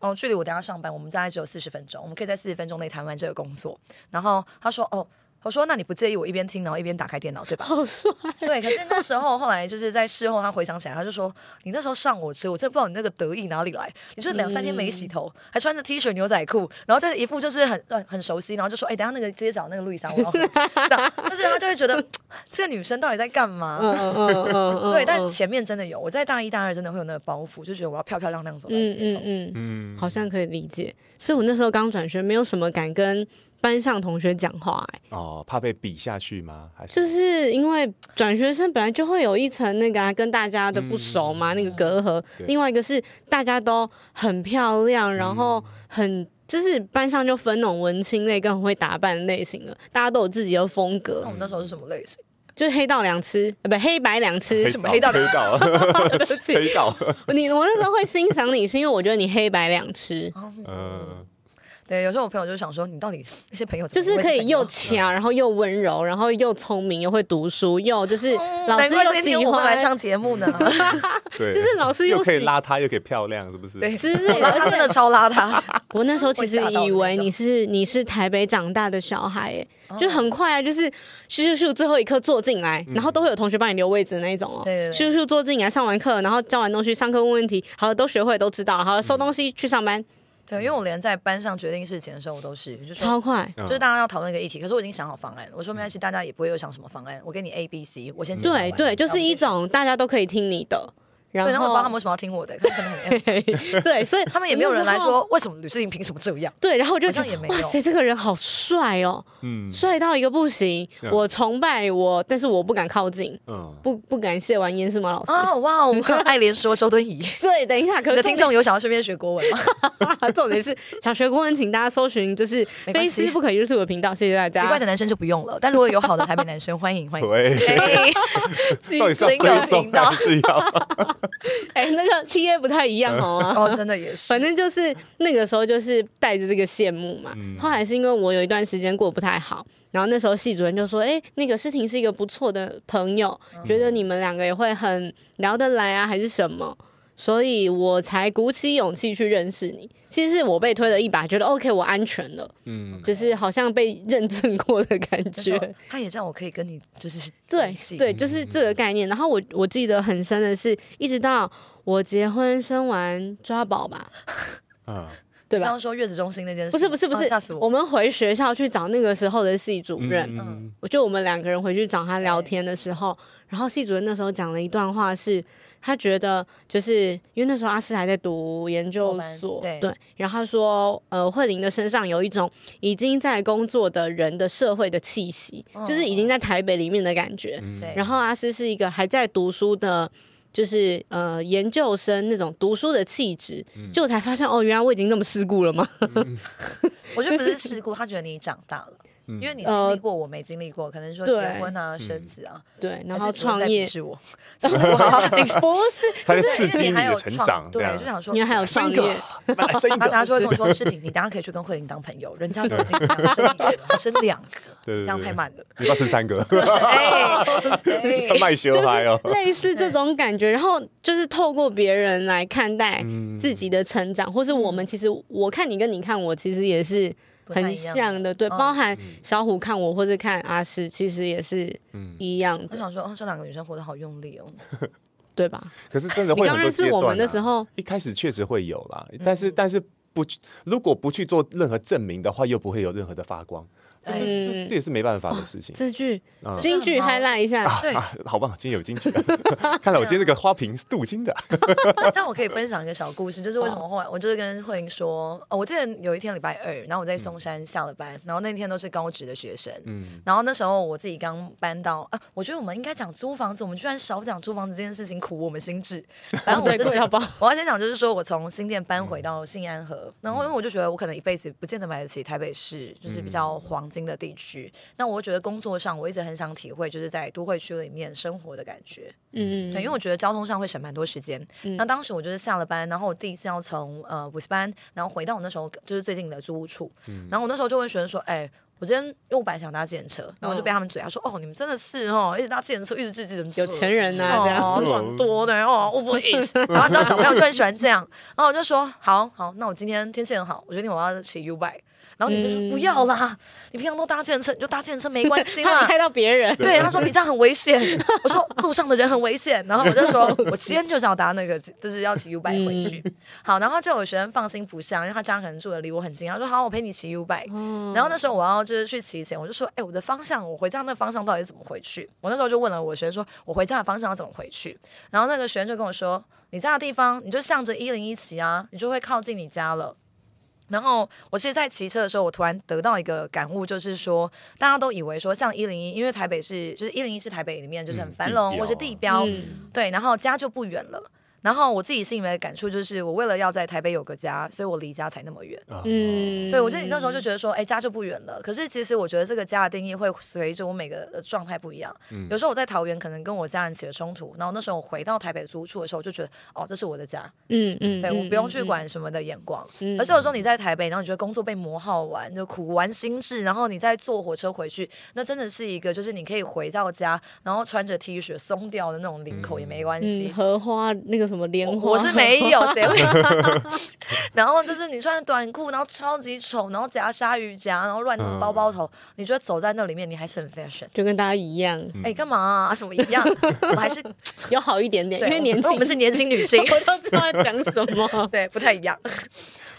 [SPEAKER 1] 哦，距离我等一下上班，我们大概只有四十分钟，我们可以在四十分钟内谈完这个工作。然后他说：“哦，我说那你不介意我一边听，然后一边打开电脑，对吧？”
[SPEAKER 2] 好帅，
[SPEAKER 1] 对，可是那时候后来就是在事后，他回想起来，他就说：“你那时候上我车，我真的不知道你那个得意哪里来。你就是两三天没
[SPEAKER 2] 嗯
[SPEAKER 1] 洗头，还穿着 T 恤牛仔裤，然后这一副就是很很很熟悉，然后就说：‘哎、等一下那个街角那个路易莎，我要喝。’这样，但是他就会觉得 这个女生到底在干嘛？
[SPEAKER 2] 嗯嗯嗯嗯 嗯，
[SPEAKER 1] 对，但
[SPEAKER 2] 嗯
[SPEAKER 1] 前面真的有，我在大一大二真的会有那个包袱，就觉得我要漂漂亮亮走在
[SPEAKER 2] 嗯
[SPEAKER 1] 街头。
[SPEAKER 2] 嗯嗯，
[SPEAKER 3] 嗯，
[SPEAKER 2] 好像可以理解。所以我那时候刚转学，没有什么敢跟班上同学讲话、哎，
[SPEAKER 3] 哦，怕被比下去吗？还是
[SPEAKER 2] 就是因为转学生本来就会有一层那个、啊、跟大家的
[SPEAKER 1] 嗯
[SPEAKER 2] 不熟嘛，那个隔阂。
[SPEAKER 3] 对
[SPEAKER 2] 另外一个是大家都很漂亮，然后
[SPEAKER 1] 嗯
[SPEAKER 2] 很。就是班上就分那种文青类跟很会打扮的类型了，大家都有自己的风格
[SPEAKER 1] 那我，们那时候是什么类型？
[SPEAKER 2] 就是黑道两吃，呃，不黑白两吃
[SPEAKER 3] 黑。
[SPEAKER 1] 什么黑道
[SPEAKER 3] 黑道 黑 道，
[SPEAKER 2] 你我那时候会欣赏你，是因为我觉得你黑白两吃，
[SPEAKER 3] 嗯，
[SPEAKER 1] 对，有时候我朋友就想说，你到底那些朋友怎嗯
[SPEAKER 2] 就
[SPEAKER 1] 么会
[SPEAKER 2] 是可以
[SPEAKER 1] 朋友
[SPEAKER 2] 又强，然后又温柔，然后又聪明，又会读书，又就是
[SPEAKER 1] 嗯
[SPEAKER 2] 老
[SPEAKER 1] 难
[SPEAKER 2] 师
[SPEAKER 1] 怪
[SPEAKER 2] 又
[SPEAKER 1] 今
[SPEAKER 2] 喜
[SPEAKER 1] 天我会来
[SPEAKER 2] 欢，
[SPEAKER 1] 上节 目呢。
[SPEAKER 3] 对，
[SPEAKER 2] 就是老师
[SPEAKER 3] 又可以
[SPEAKER 2] 喜
[SPEAKER 3] 邋遢，又可以漂亮，是不是？
[SPEAKER 1] 对，
[SPEAKER 2] 之类的。
[SPEAKER 1] 然后 他真的超邋遢。
[SPEAKER 2] 我那时候其实
[SPEAKER 1] 会吓到
[SPEAKER 2] 以
[SPEAKER 1] 的那
[SPEAKER 2] 为
[SPEAKER 1] 种
[SPEAKER 2] 你是你是台北长大的小孩，哎， 就
[SPEAKER 1] 哦
[SPEAKER 2] 很快啊，就是咻咻咻最后一刻坐进来，然后
[SPEAKER 3] 嗯
[SPEAKER 2] 都会有同学帮你留位置的那一种哦。
[SPEAKER 1] 对对对
[SPEAKER 2] 咻咻坐进来，上完课，然后交完东西，上课问问题，好了，都学会，都知道，好了，
[SPEAKER 3] 嗯
[SPEAKER 2] 收东西去上班，
[SPEAKER 1] 对，因为我连在班上决定事情的时候，我都是就说
[SPEAKER 2] 超快。
[SPEAKER 3] 嗯
[SPEAKER 1] 就是大家要讨论一个议题，可是我已经想好方案了。我说没关系，大家也不会有想什么方案，我给你 A、B、C，我先介绍
[SPEAKER 2] 对
[SPEAKER 1] 完
[SPEAKER 2] 对，就是一。
[SPEAKER 1] 然后
[SPEAKER 2] 种大家都可以听你的，
[SPEAKER 1] 我先对，
[SPEAKER 2] 然
[SPEAKER 1] 然后我不知道他们
[SPEAKER 2] 后
[SPEAKER 1] 为什么要听我的，他们可能很 M，
[SPEAKER 2] 对，所以
[SPEAKER 1] 他们也没有人来
[SPEAKER 2] 我那时候。
[SPEAKER 1] 说为什么吕思颖凭什么这样。
[SPEAKER 2] 对，然后我就
[SPEAKER 1] 好
[SPEAKER 2] 觉
[SPEAKER 1] 像
[SPEAKER 2] 得
[SPEAKER 1] 也没
[SPEAKER 2] 哇
[SPEAKER 1] 有
[SPEAKER 2] 塞，这个人好帅哦，
[SPEAKER 3] 嗯
[SPEAKER 2] 帅到一个不行，
[SPEAKER 3] 嗯
[SPEAKER 2] 我崇拜我，但是我不敢靠近，
[SPEAKER 3] 嗯，
[SPEAKER 2] 不不敢谢完烟是吗，老师？
[SPEAKER 1] 哦， 哇，我们看爱莲说周敦颐，
[SPEAKER 2] 对，等一下，可
[SPEAKER 1] 你
[SPEAKER 2] 是
[SPEAKER 1] 的听众有想要顺便学国文 吗？
[SPEAKER 2] 众重点是 小学国文，请大家搜寻就是
[SPEAKER 1] 没关
[SPEAKER 2] 非
[SPEAKER 1] 系
[SPEAKER 2] 吃不可 YouTube 的频道，谢谢大家。
[SPEAKER 1] 奇怪 的男生就不用了，但如果有好的台北男生，欢迎欢迎。
[SPEAKER 3] 对，
[SPEAKER 1] 哎林有
[SPEAKER 3] 到底是要尊重
[SPEAKER 1] 频道
[SPEAKER 3] 还是要？
[SPEAKER 2] 哎、那个 TA 不太一样哦、
[SPEAKER 3] 嗯
[SPEAKER 2] 啊。
[SPEAKER 1] 哦，真的也是
[SPEAKER 2] 反，正就是那个时候就是带着这个羡慕嘛。
[SPEAKER 3] 嗯
[SPEAKER 2] 后来是因为我有一段时间过得不太好，然后那时候系主任就说：“哎、那个诗婷是一个不错的朋友，
[SPEAKER 3] 嗯
[SPEAKER 2] 觉得你们两个也会很聊得来啊，还是什么。”所以我才鼓起勇气去认识你。其实是我被推了一把，觉得 OK，我安全了，
[SPEAKER 3] 嗯，
[SPEAKER 2] 就是好像被认证过的感
[SPEAKER 1] 就
[SPEAKER 2] 觉
[SPEAKER 1] 说。他也让我可以跟你就是
[SPEAKER 2] 对
[SPEAKER 1] 联系
[SPEAKER 2] 对，就是这个概念。然后我我记得很深的是，一直到我结婚生完抓宝吧，
[SPEAKER 3] 嗯
[SPEAKER 2] 对
[SPEAKER 1] 刚
[SPEAKER 2] 吧？
[SPEAKER 1] 刚说月子中心那件事，
[SPEAKER 2] 不是不是不
[SPEAKER 1] 啊
[SPEAKER 2] 是，
[SPEAKER 1] 吓死
[SPEAKER 2] 我！们回学校去找那个时候的系主任，
[SPEAKER 3] 嗯
[SPEAKER 2] 我就我们两个人回去找他聊天的时候，然后系主任那时候讲了一段话是，他觉得就是因为那时候阿斯还在读研究
[SPEAKER 1] 硕班
[SPEAKER 2] 所，
[SPEAKER 1] 对
[SPEAKER 2] 然后他说，呃，慧玲的身上有一种已经在工作的人的社会的气息，就是已经在台北里面的感觉，
[SPEAKER 3] 嗯
[SPEAKER 1] 嗯对
[SPEAKER 2] 然后阿斯是一个还在读书的，就是呃研究生那种读书的气质，就我才发现哦，原来我已经那么世故了吗？
[SPEAKER 1] 我觉得不是事故，他觉得你长大了，
[SPEAKER 3] 嗯
[SPEAKER 1] 因为你经历过我没经历过，可能说结
[SPEAKER 2] 呃对
[SPEAKER 1] 婚啊、生子啊，
[SPEAKER 2] 对，然
[SPEAKER 1] 还是主任在
[SPEAKER 2] 后创业
[SPEAKER 1] 鄙视 我，怎么不好好定下
[SPEAKER 2] 不是，
[SPEAKER 3] 他在
[SPEAKER 1] 对
[SPEAKER 3] 刺
[SPEAKER 1] 因为
[SPEAKER 3] 激
[SPEAKER 1] 你还
[SPEAKER 3] 的
[SPEAKER 1] 有
[SPEAKER 3] 成
[SPEAKER 1] 创
[SPEAKER 3] 长，这
[SPEAKER 1] 对，
[SPEAKER 3] 样
[SPEAKER 1] 就想说
[SPEAKER 2] 因为还有
[SPEAKER 3] 生
[SPEAKER 2] 创
[SPEAKER 3] 一个
[SPEAKER 2] 业，，
[SPEAKER 3] 来 生一
[SPEAKER 1] 他大家就
[SPEAKER 3] 个，
[SPEAKER 1] 会跟我说：“ 诗婷，你等下可以去跟慧玲当朋友，人家都已经生一个了，还生两个，
[SPEAKER 3] 对对对
[SPEAKER 1] 这样太慢了。
[SPEAKER 3] 你要生三个，
[SPEAKER 1] 哎”
[SPEAKER 3] 他
[SPEAKER 1] 哎
[SPEAKER 3] 卖修还 哦，
[SPEAKER 2] 类似这种感觉，然后就是透过别人来看待
[SPEAKER 3] 嗯
[SPEAKER 2] 自己的成长，或是我们其实我看你跟你看我，其实也是
[SPEAKER 1] 不太
[SPEAKER 2] 很
[SPEAKER 1] 一样
[SPEAKER 2] 像的，对，
[SPEAKER 1] 嗯
[SPEAKER 2] 包含小虎看我或是看阿诗，其实也是
[SPEAKER 3] 嗯，
[SPEAKER 2] 一样
[SPEAKER 1] 我
[SPEAKER 2] 的，
[SPEAKER 1] 想说，哦，这两个女生活得好用力 哦。
[SPEAKER 2] 对吧？
[SPEAKER 3] 可是真的
[SPEAKER 2] 你
[SPEAKER 3] 会
[SPEAKER 2] 刚
[SPEAKER 3] 很多
[SPEAKER 2] 认识
[SPEAKER 3] 阶
[SPEAKER 2] 我
[SPEAKER 3] 段
[SPEAKER 2] 们的
[SPEAKER 3] 啊
[SPEAKER 2] 时候，嗯
[SPEAKER 3] 一开始确实会有啦，但是但是不去如果不去做任何证明的话，又不会有任何的发光。
[SPEAKER 2] 嗯
[SPEAKER 3] 这这这这也是没办法的事情。
[SPEAKER 2] 这句
[SPEAKER 3] 啊
[SPEAKER 2] 京剧
[SPEAKER 1] 很好
[SPEAKER 2] highlight 一下，
[SPEAKER 1] 对，
[SPEAKER 3] 啊， 好棒！今天有金句，啊看来我今天这个花瓶是镀 金的。
[SPEAKER 1] 但我可以分享一个小故事，就是为
[SPEAKER 2] 哦
[SPEAKER 1] 什么后来我就是跟慧玲说，哦，我记得有一天礼拜二，然后我在松山下了班，然后那天都是高职的学生，
[SPEAKER 3] 嗯，
[SPEAKER 1] 然后那时候我自己刚搬到啊，我觉得我们应该讲租房子，我们居然少讲租房子这件事情，苦我们心 智。反正我
[SPEAKER 2] 对，嗯
[SPEAKER 1] 就是
[SPEAKER 2] 贵到爆，
[SPEAKER 1] 我要先讲，就是说我从新店搬回到信安河，然后因为我就觉得我可能一辈子不见得买得起台北市，就是比
[SPEAKER 2] 嗯
[SPEAKER 1] 较黄金的地区。那我觉得工作上我一直很想体会，就是在都会区里面生活的感觉。
[SPEAKER 2] 嗯，
[SPEAKER 1] 对，因为我觉得交通上会省蛮多时间。那当时我就是下了班，然后我第一次要从呃补习班，然后回到我那时候就是最近的租屋处，然后我那时候就问学生说，哎、我今天因为我本来想搭计程车，然后我就被他们嘴他说：“哦，你们真的是哦，一直搭计程车，一直自计程车，
[SPEAKER 2] 嗯有钱人呐、这样。
[SPEAKER 1] 哦，赚多的哦，我不会意 思。然后你知道小朋友就很喜欢这样，然后我就说好好，那我今天天气很好，我决定我要骑 U bike。然后你就说、
[SPEAKER 2] 嗯
[SPEAKER 1] 不要啦，你平常都搭计程车，你就搭计程车没关系
[SPEAKER 2] 他
[SPEAKER 1] 啦
[SPEAKER 2] 还。害到别人，
[SPEAKER 1] 对，他说你这样很危险。我说路上的人很危险。然后我就说，我今天就是要搭那个，就是要骑 U bike 回去。好，然后就有学生放心不下，因为他家可能住的离我很近，他说好，我陪你骑 U bike。然后那时候我要就是去骑前，我就说，哎、我的方向，我回家那方向到底怎么回去？我那时候就问了我学生说，我回家的方向要怎么回去？然后那个学生就跟我说，你家的地方，你就向着一零一骑啊，你就会靠近你家了。然后我其实，在骑车的时候，我突然得到一个感悟，就是说，大家都以为说像一零一，因为台北是就是一零一是台北里面就是很
[SPEAKER 3] 嗯
[SPEAKER 1] 繁
[SPEAKER 3] 地
[SPEAKER 1] 荣
[SPEAKER 3] 标
[SPEAKER 1] 或是地标，
[SPEAKER 2] 嗯
[SPEAKER 1] 对，然后家就不远了。然后我自己心里面的感触就是，我为了要在台北有个家，所以我离家才那么远。
[SPEAKER 3] 啊，
[SPEAKER 2] 嗯，
[SPEAKER 1] 对我自己那时候就觉得说，哎，家就不远了。可是其实我觉得这个家的定义会随着我每个呃状态不一样。有时候我在桃园可能跟我家人起了冲突，然后那时候我回到台北租处的时候，我就觉得哦，这是我的家，
[SPEAKER 2] 嗯嗯，
[SPEAKER 1] 对，
[SPEAKER 2] 嗯
[SPEAKER 1] 我不用去，管什么的眼光。
[SPEAKER 2] 嗯
[SPEAKER 1] 而且有时候你在台北，然后你觉得工作被磨耗完，就苦完心智，然后你再坐火车回去，那真的是一个就是你可以回到家，然后穿着 T 恤松掉的那种领口也没关
[SPEAKER 2] 嗯，
[SPEAKER 1] 系。
[SPEAKER 2] 荷花那个什么莲
[SPEAKER 1] 我
[SPEAKER 2] 花，
[SPEAKER 1] 我是没有，谁会？然后就是你穿短裤，然后超级丑，然后夹鲨鱼夹，然后乱弄包包头，你觉得走在那里面你还是很 fashion？
[SPEAKER 2] 就跟大家一样，
[SPEAKER 3] 嗯
[SPEAKER 1] 哎，干嘛啊？什么一样？我还是
[SPEAKER 2] 有好一点点，
[SPEAKER 1] 对，
[SPEAKER 2] 因为年轻，
[SPEAKER 1] 我们是年轻女性，，
[SPEAKER 2] 我都知道要讲什么
[SPEAKER 3] 啊
[SPEAKER 1] 对，不太一样。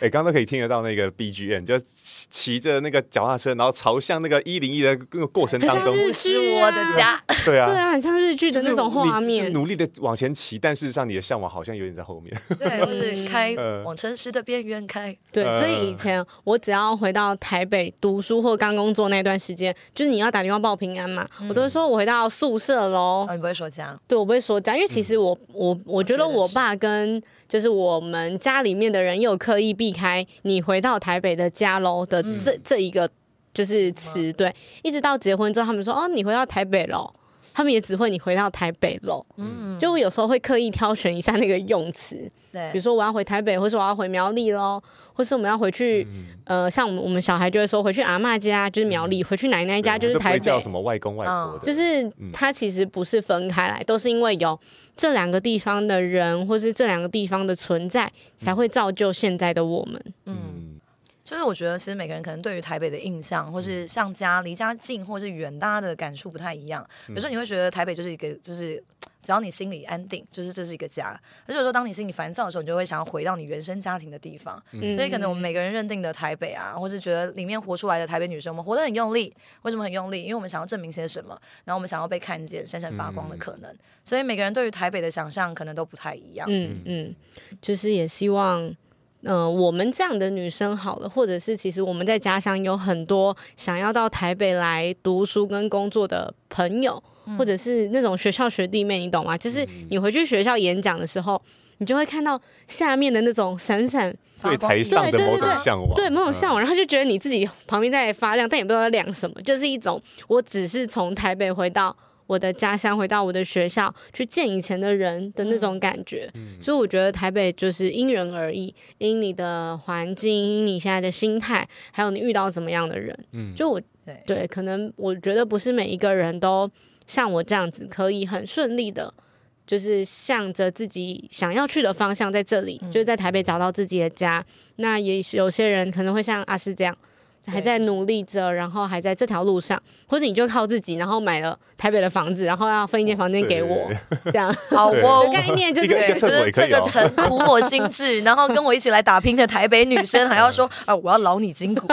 [SPEAKER 3] 哎，刚刚都可以听得到那个 BGM，就骑骑着那个脚踏车，然后朝向那个一零一的那个过程当中
[SPEAKER 2] 很像，
[SPEAKER 1] 不是我的家，
[SPEAKER 3] 对
[SPEAKER 2] 对
[SPEAKER 3] 啊，
[SPEAKER 2] 啊，很像日剧
[SPEAKER 3] 就
[SPEAKER 2] 的
[SPEAKER 3] 是
[SPEAKER 2] 那种画
[SPEAKER 3] 你
[SPEAKER 2] 面，
[SPEAKER 3] 努力的往前骑，但事实上你的向往好像有点在后面。
[SPEAKER 1] 对，或是开
[SPEAKER 3] 嗯
[SPEAKER 1] 往城市的边缘开。
[SPEAKER 2] 对，
[SPEAKER 3] 呃
[SPEAKER 2] 所以以前我只要回到台北读书或刚工作那段时间，就是你要打电话报平安嘛，我都会说我回到宿舍喽
[SPEAKER 1] 哦，。你不会说家，
[SPEAKER 2] 对，我不会说家，因为其实我、
[SPEAKER 3] 嗯
[SPEAKER 2] 我我觉得
[SPEAKER 1] 我觉得
[SPEAKER 2] 我
[SPEAKER 1] 是
[SPEAKER 2] 爸跟就是我们家里面的人也有刻意避开你回到台北的家喽的这、这一个就是词，对，一直到结婚之后，他们说哦你回到台北喽。他们也只会你回到台北喽，
[SPEAKER 1] 嗯，
[SPEAKER 2] 就我有时候会刻意挑选一下那个用词，比
[SPEAKER 1] 对
[SPEAKER 2] 如，说我要回台北，或是我要回苗栗喽，或是我们要回去，
[SPEAKER 3] 嗯
[SPEAKER 2] 呃，像我们我们小孩就会说回去阿嬷家就是苗栗，回去奶奶家
[SPEAKER 3] 对
[SPEAKER 2] 就是
[SPEAKER 3] 我们 都不
[SPEAKER 2] 台
[SPEAKER 3] 会
[SPEAKER 2] 北，
[SPEAKER 3] 叫什么外公外婆的，
[SPEAKER 2] 就是
[SPEAKER 3] 嗯
[SPEAKER 2] 它其实不是分开来，都是因为有这两个地方的人，或是这两个地方的存在，才会造就现在的我们。
[SPEAKER 1] 嗯，
[SPEAKER 3] 嗯，
[SPEAKER 1] 就是我觉得其实每个人可能对于台北的印象，或
[SPEAKER 3] 嗯
[SPEAKER 1] 是像家离家近或是远，大家的感触不太一样。有时
[SPEAKER 3] 嗯
[SPEAKER 1] 候你会觉得台北就是一个，就是只要你心里安定，就是这是一个家。而且有时候当你心里烦躁的时候，你就会想要回到你原生家庭的地方。
[SPEAKER 3] 嗯
[SPEAKER 1] 所以可
[SPEAKER 2] 嗯
[SPEAKER 1] 能我们每个人认定的台北啊，或是觉得里面活出来的台北女生，我们活得很用力。为什么很用力？因为我们想要证明些什么，然后我们想要被看见、闪闪发光
[SPEAKER 3] 嗯
[SPEAKER 1] 的可能。所以每个人对于台北的想象可能都不太一样。
[SPEAKER 2] 嗯嗯，就是也希望。嗯、我们这样的女生好了，或者是其实我们在家乡有很多想要到台北来读书跟工作的朋友，或者是那种学校学弟妹，你懂吗？就是你回去学校演讲的时候，你就会看到下面的那种闪闪，
[SPEAKER 3] 对
[SPEAKER 1] 发光
[SPEAKER 3] 台上的
[SPEAKER 2] 对
[SPEAKER 3] 某
[SPEAKER 2] 对
[SPEAKER 3] 种
[SPEAKER 2] 对
[SPEAKER 3] 向往，
[SPEAKER 2] 对某种向往，然后就觉得你自己旁边在发亮，但也不知道在亮什么，就是一种我只是从台北回到我的家乡，回到我的学校去见以前的人的那种感觉。
[SPEAKER 3] 嗯
[SPEAKER 1] 嗯
[SPEAKER 2] 所以我觉得台北就是因人而异，因你的环境，因你现在的心态，还有你遇到怎么样的人。
[SPEAKER 3] 嗯
[SPEAKER 2] 就我
[SPEAKER 1] 对
[SPEAKER 2] 对，可能我觉得不是每一个人都像我这样子，可以很顺利的，就是向着自己想要去的方向，
[SPEAKER 3] 嗯
[SPEAKER 2] 在这里，就是在台北找到自己的家。那也许有些人可能会像阿诗这样，还在努力着，然后还在这条路上，或者你就靠自己，然后买了台北的房子，然后要分一间房间给我，这样
[SPEAKER 1] 好哦
[SPEAKER 2] 的，概念就
[SPEAKER 3] 一个
[SPEAKER 2] 是
[SPEAKER 1] 对，就
[SPEAKER 3] 厕所
[SPEAKER 1] 是
[SPEAKER 3] 也可
[SPEAKER 1] 这
[SPEAKER 3] 以哦
[SPEAKER 1] 个诚苦我心志，然后跟我一起来打拼的台北女生，还要 说啊，我要劳你筋骨，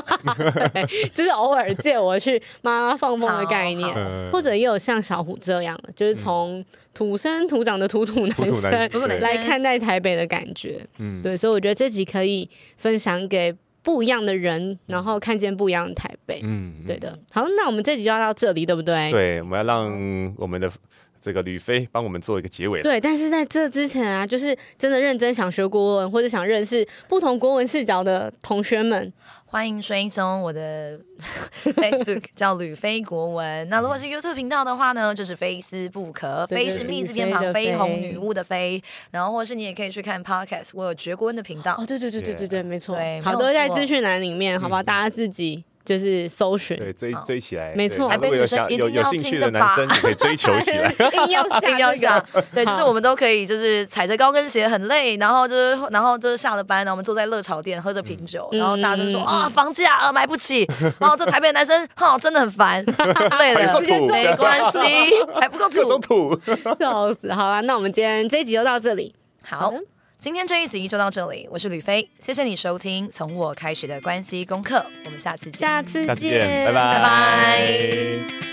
[SPEAKER 2] 就是偶尔借我去妈妈放风的概念
[SPEAKER 1] 好好，
[SPEAKER 3] 嗯
[SPEAKER 2] 或者也有像小虎这样的，就是从土生土长的土土男
[SPEAKER 3] 土土男
[SPEAKER 2] 生
[SPEAKER 1] 土土男生
[SPEAKER 2] 来看待台北的感觉。
[SPEAKER 3] 嗯，
[SPEAKER 2] 对，所以我觉得这集可以分享给不一样的人，然后看见不一样的台北。
[SPEAKER 3] 嗯，嗯
[SPEAKER 2] 对的，好，那我们这集就要到这里，对不对？
[SPEAKER 3] 对，我们要让我们的这个吕飞帮我们做一个结尾了。
[SPEAKER 2] 对，但是在这之前啊，就是真的认真想学国文或者想认识不同国文视角的同学们，
[SPEAKER 1] 欢迎追踪我的 Facebook 叫吕飞国文。那如果是 YouTube 频道的话呢，就是非思不可，
[SPEAKER 2] 对对
[SPEAKER 1] 非是
[SPEAKER 2] 对
[SPEAKER 1] 密字偏旁，
[SPEAKER 2] 非的
[SPEAKER 1] 飞鸿
[SPEAKER 2] 非
[SPEAKER 1] 女巫的飞。然后或是你也可以去看 Podcast，我有绝国文的频道
[SPEAKER 2] 哦，。对对对对对对，没错
[SPEAKER 1] 对，
[SPEAKER 2] 好，
[SPEAKER 1] 没有
[SPEAKER 2] 都会在
[SPEAKER 1] 错
[SPEAKER 2] 资讯栏里面，好不好？大家自己就是搜寻，
[SPEAKER 3] 对，追
[SPEAKER 1] 好
[SPEAKER 3] 追起来，
[SPEAKER 2] 没
[SPEAKER 3] 对
[SPEAKER 2] 错
[SPEAKER 3] 如果有
[SPEAKER 1] 台
[SPEAKER 3] 想
[SPEAKER 1] 北女
[SPEAKER 3] 有
[SPEAKER 1] 生一定
[SPEAKER 3] 有
[SPEAKER 1] 要
[SPEAKER 3] 兴趣
[SPEAKER 1] 听
[SPEAKER 3] 的
[SPEAKER 1] 的
[SPEAKER 3] 男
[SPEAKER 1] 吧
[SPEAKER 3] 生，你可以追求 起来。
[SPEAKER 2] 硬要下，
[SPEAKER 1] 定要下， 对，就是
[SPEAKER 2] 好
[SPEAKER 1] 我们都可以，就是踩着高跟鞋很累，然后就是，然后就是下了班，然后我们坐在热炒店喝着啤酒，
[SPEAKER 2] 嗯
[SPEAKER 1] 然后大声说
[SPEAKER 2] 嗯
[SPEAKER 1] 啊，房价啊买不 起，然后这台北的男生哈真的很烦之类
[SPEAKER 3] 还
[SPEAKER 1] 的，
[SPEAKER 3] 不够土
[SPEAKER 1] 没关系，还不够
[SPEAKER 3] 各种
[SPEAKER 1] 土。
[SPEAKER 3] 土，
[SPEAKER 2] 笑死！好啊，那我们今天这一集就到这里，
[SPEAKER 1] 好
[SPEAKER 2] 的，
[SPEAKER 1] 今天这一集就到这里，我是吕飞，谢谢你收听从 我开始的关系功课，我们下次见。
[SPEAKER 2] 下次
[SPEAKER 3] 下次见，
[SPEAKER 2] 见，
[SPEAKER 3] 拜
[SPEAKER 1] 拜拜